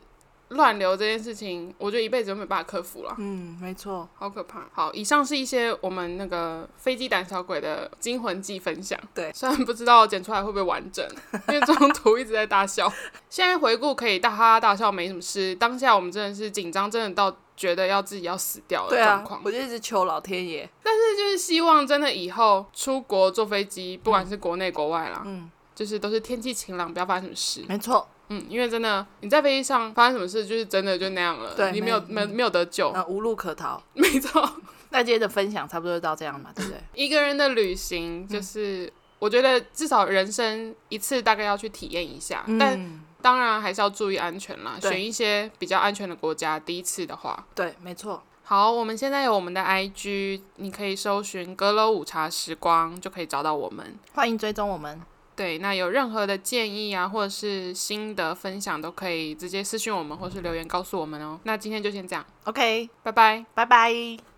[SPEAKER 1] 乱流这件事情，我觉得一辈子都没办法克服了，
[SPEAKER 2] 嗯，没错。
[SPEAKER 1] 好可怕。好，以上是一些我们那个飞机胆小鬼的惊魂记分享。
[SPEAKER 2] 对
[SPEAKER 1] 虽然不知道剪出来会不会完整，因为中途一直在大笑。现在回顾可以大哈哈大笑没什么事，当下我们真的是紧张，真的到觉得要自己要死掉的
[SPEAKER 2] 对
[SPEAKER 1] 状
[SPEAKER 2] 啊
[SPEAKER 1] 况，。
[SPEAKER 2] 我就一直求老天爷，
[SPEAKER 1] 就是希望真的以后出国坐飞机，不管是国内国外啦，
[SPEAKER 2] 嗯，
[SPEAKER 1] 就是都是天气晴朗，不要发生什么事。
[SPEAKER 2] 没错，
[SPEAKER 1] 嗯，因为真的你在飞机上发生什么事，就是真的就那样了，
[SPEAKER 2] 对
[SPEAKER 1] 你没有
[SPEAKER 2] 没嗯
[SPEAKER 1] 没没有得救，
[SPEAKER 2] 那无路可逃。
[SPEAKER 1] 没错。
[SPEAKER 2] 那今天的分享差不多就到这样嘛，对不对？
[SPEAKER 1] 一个人的旅行就是。我觉得至少人生一次大概要去体验一下， 但
[SPEAKER 2] 嗯，
[SPEAKER 1] 当然还是要注意安全啦。
[SPEAKER 2] 对
[SPEAKER 1] 选一些比较安全的国家，第一次的话，
[SPEAKER 2] 对，没错。
[SPEAKER 1] 好，我们现在有我们的 IG，你可以搜寻“阁楼午茶时光”就可以找到我们。
[SPEAKER 2] 欢迎追踪我们，
[SPEAKER 1] 对，那有任何的建议啊，或者是心得分享，都可以直接私信我们，或是留言告诉我们哦。那今天就先这样，
[SPEAKER 2] OK，
[SPEAKER 1] 拜拜。
[SPEAKER 2] 拜拜。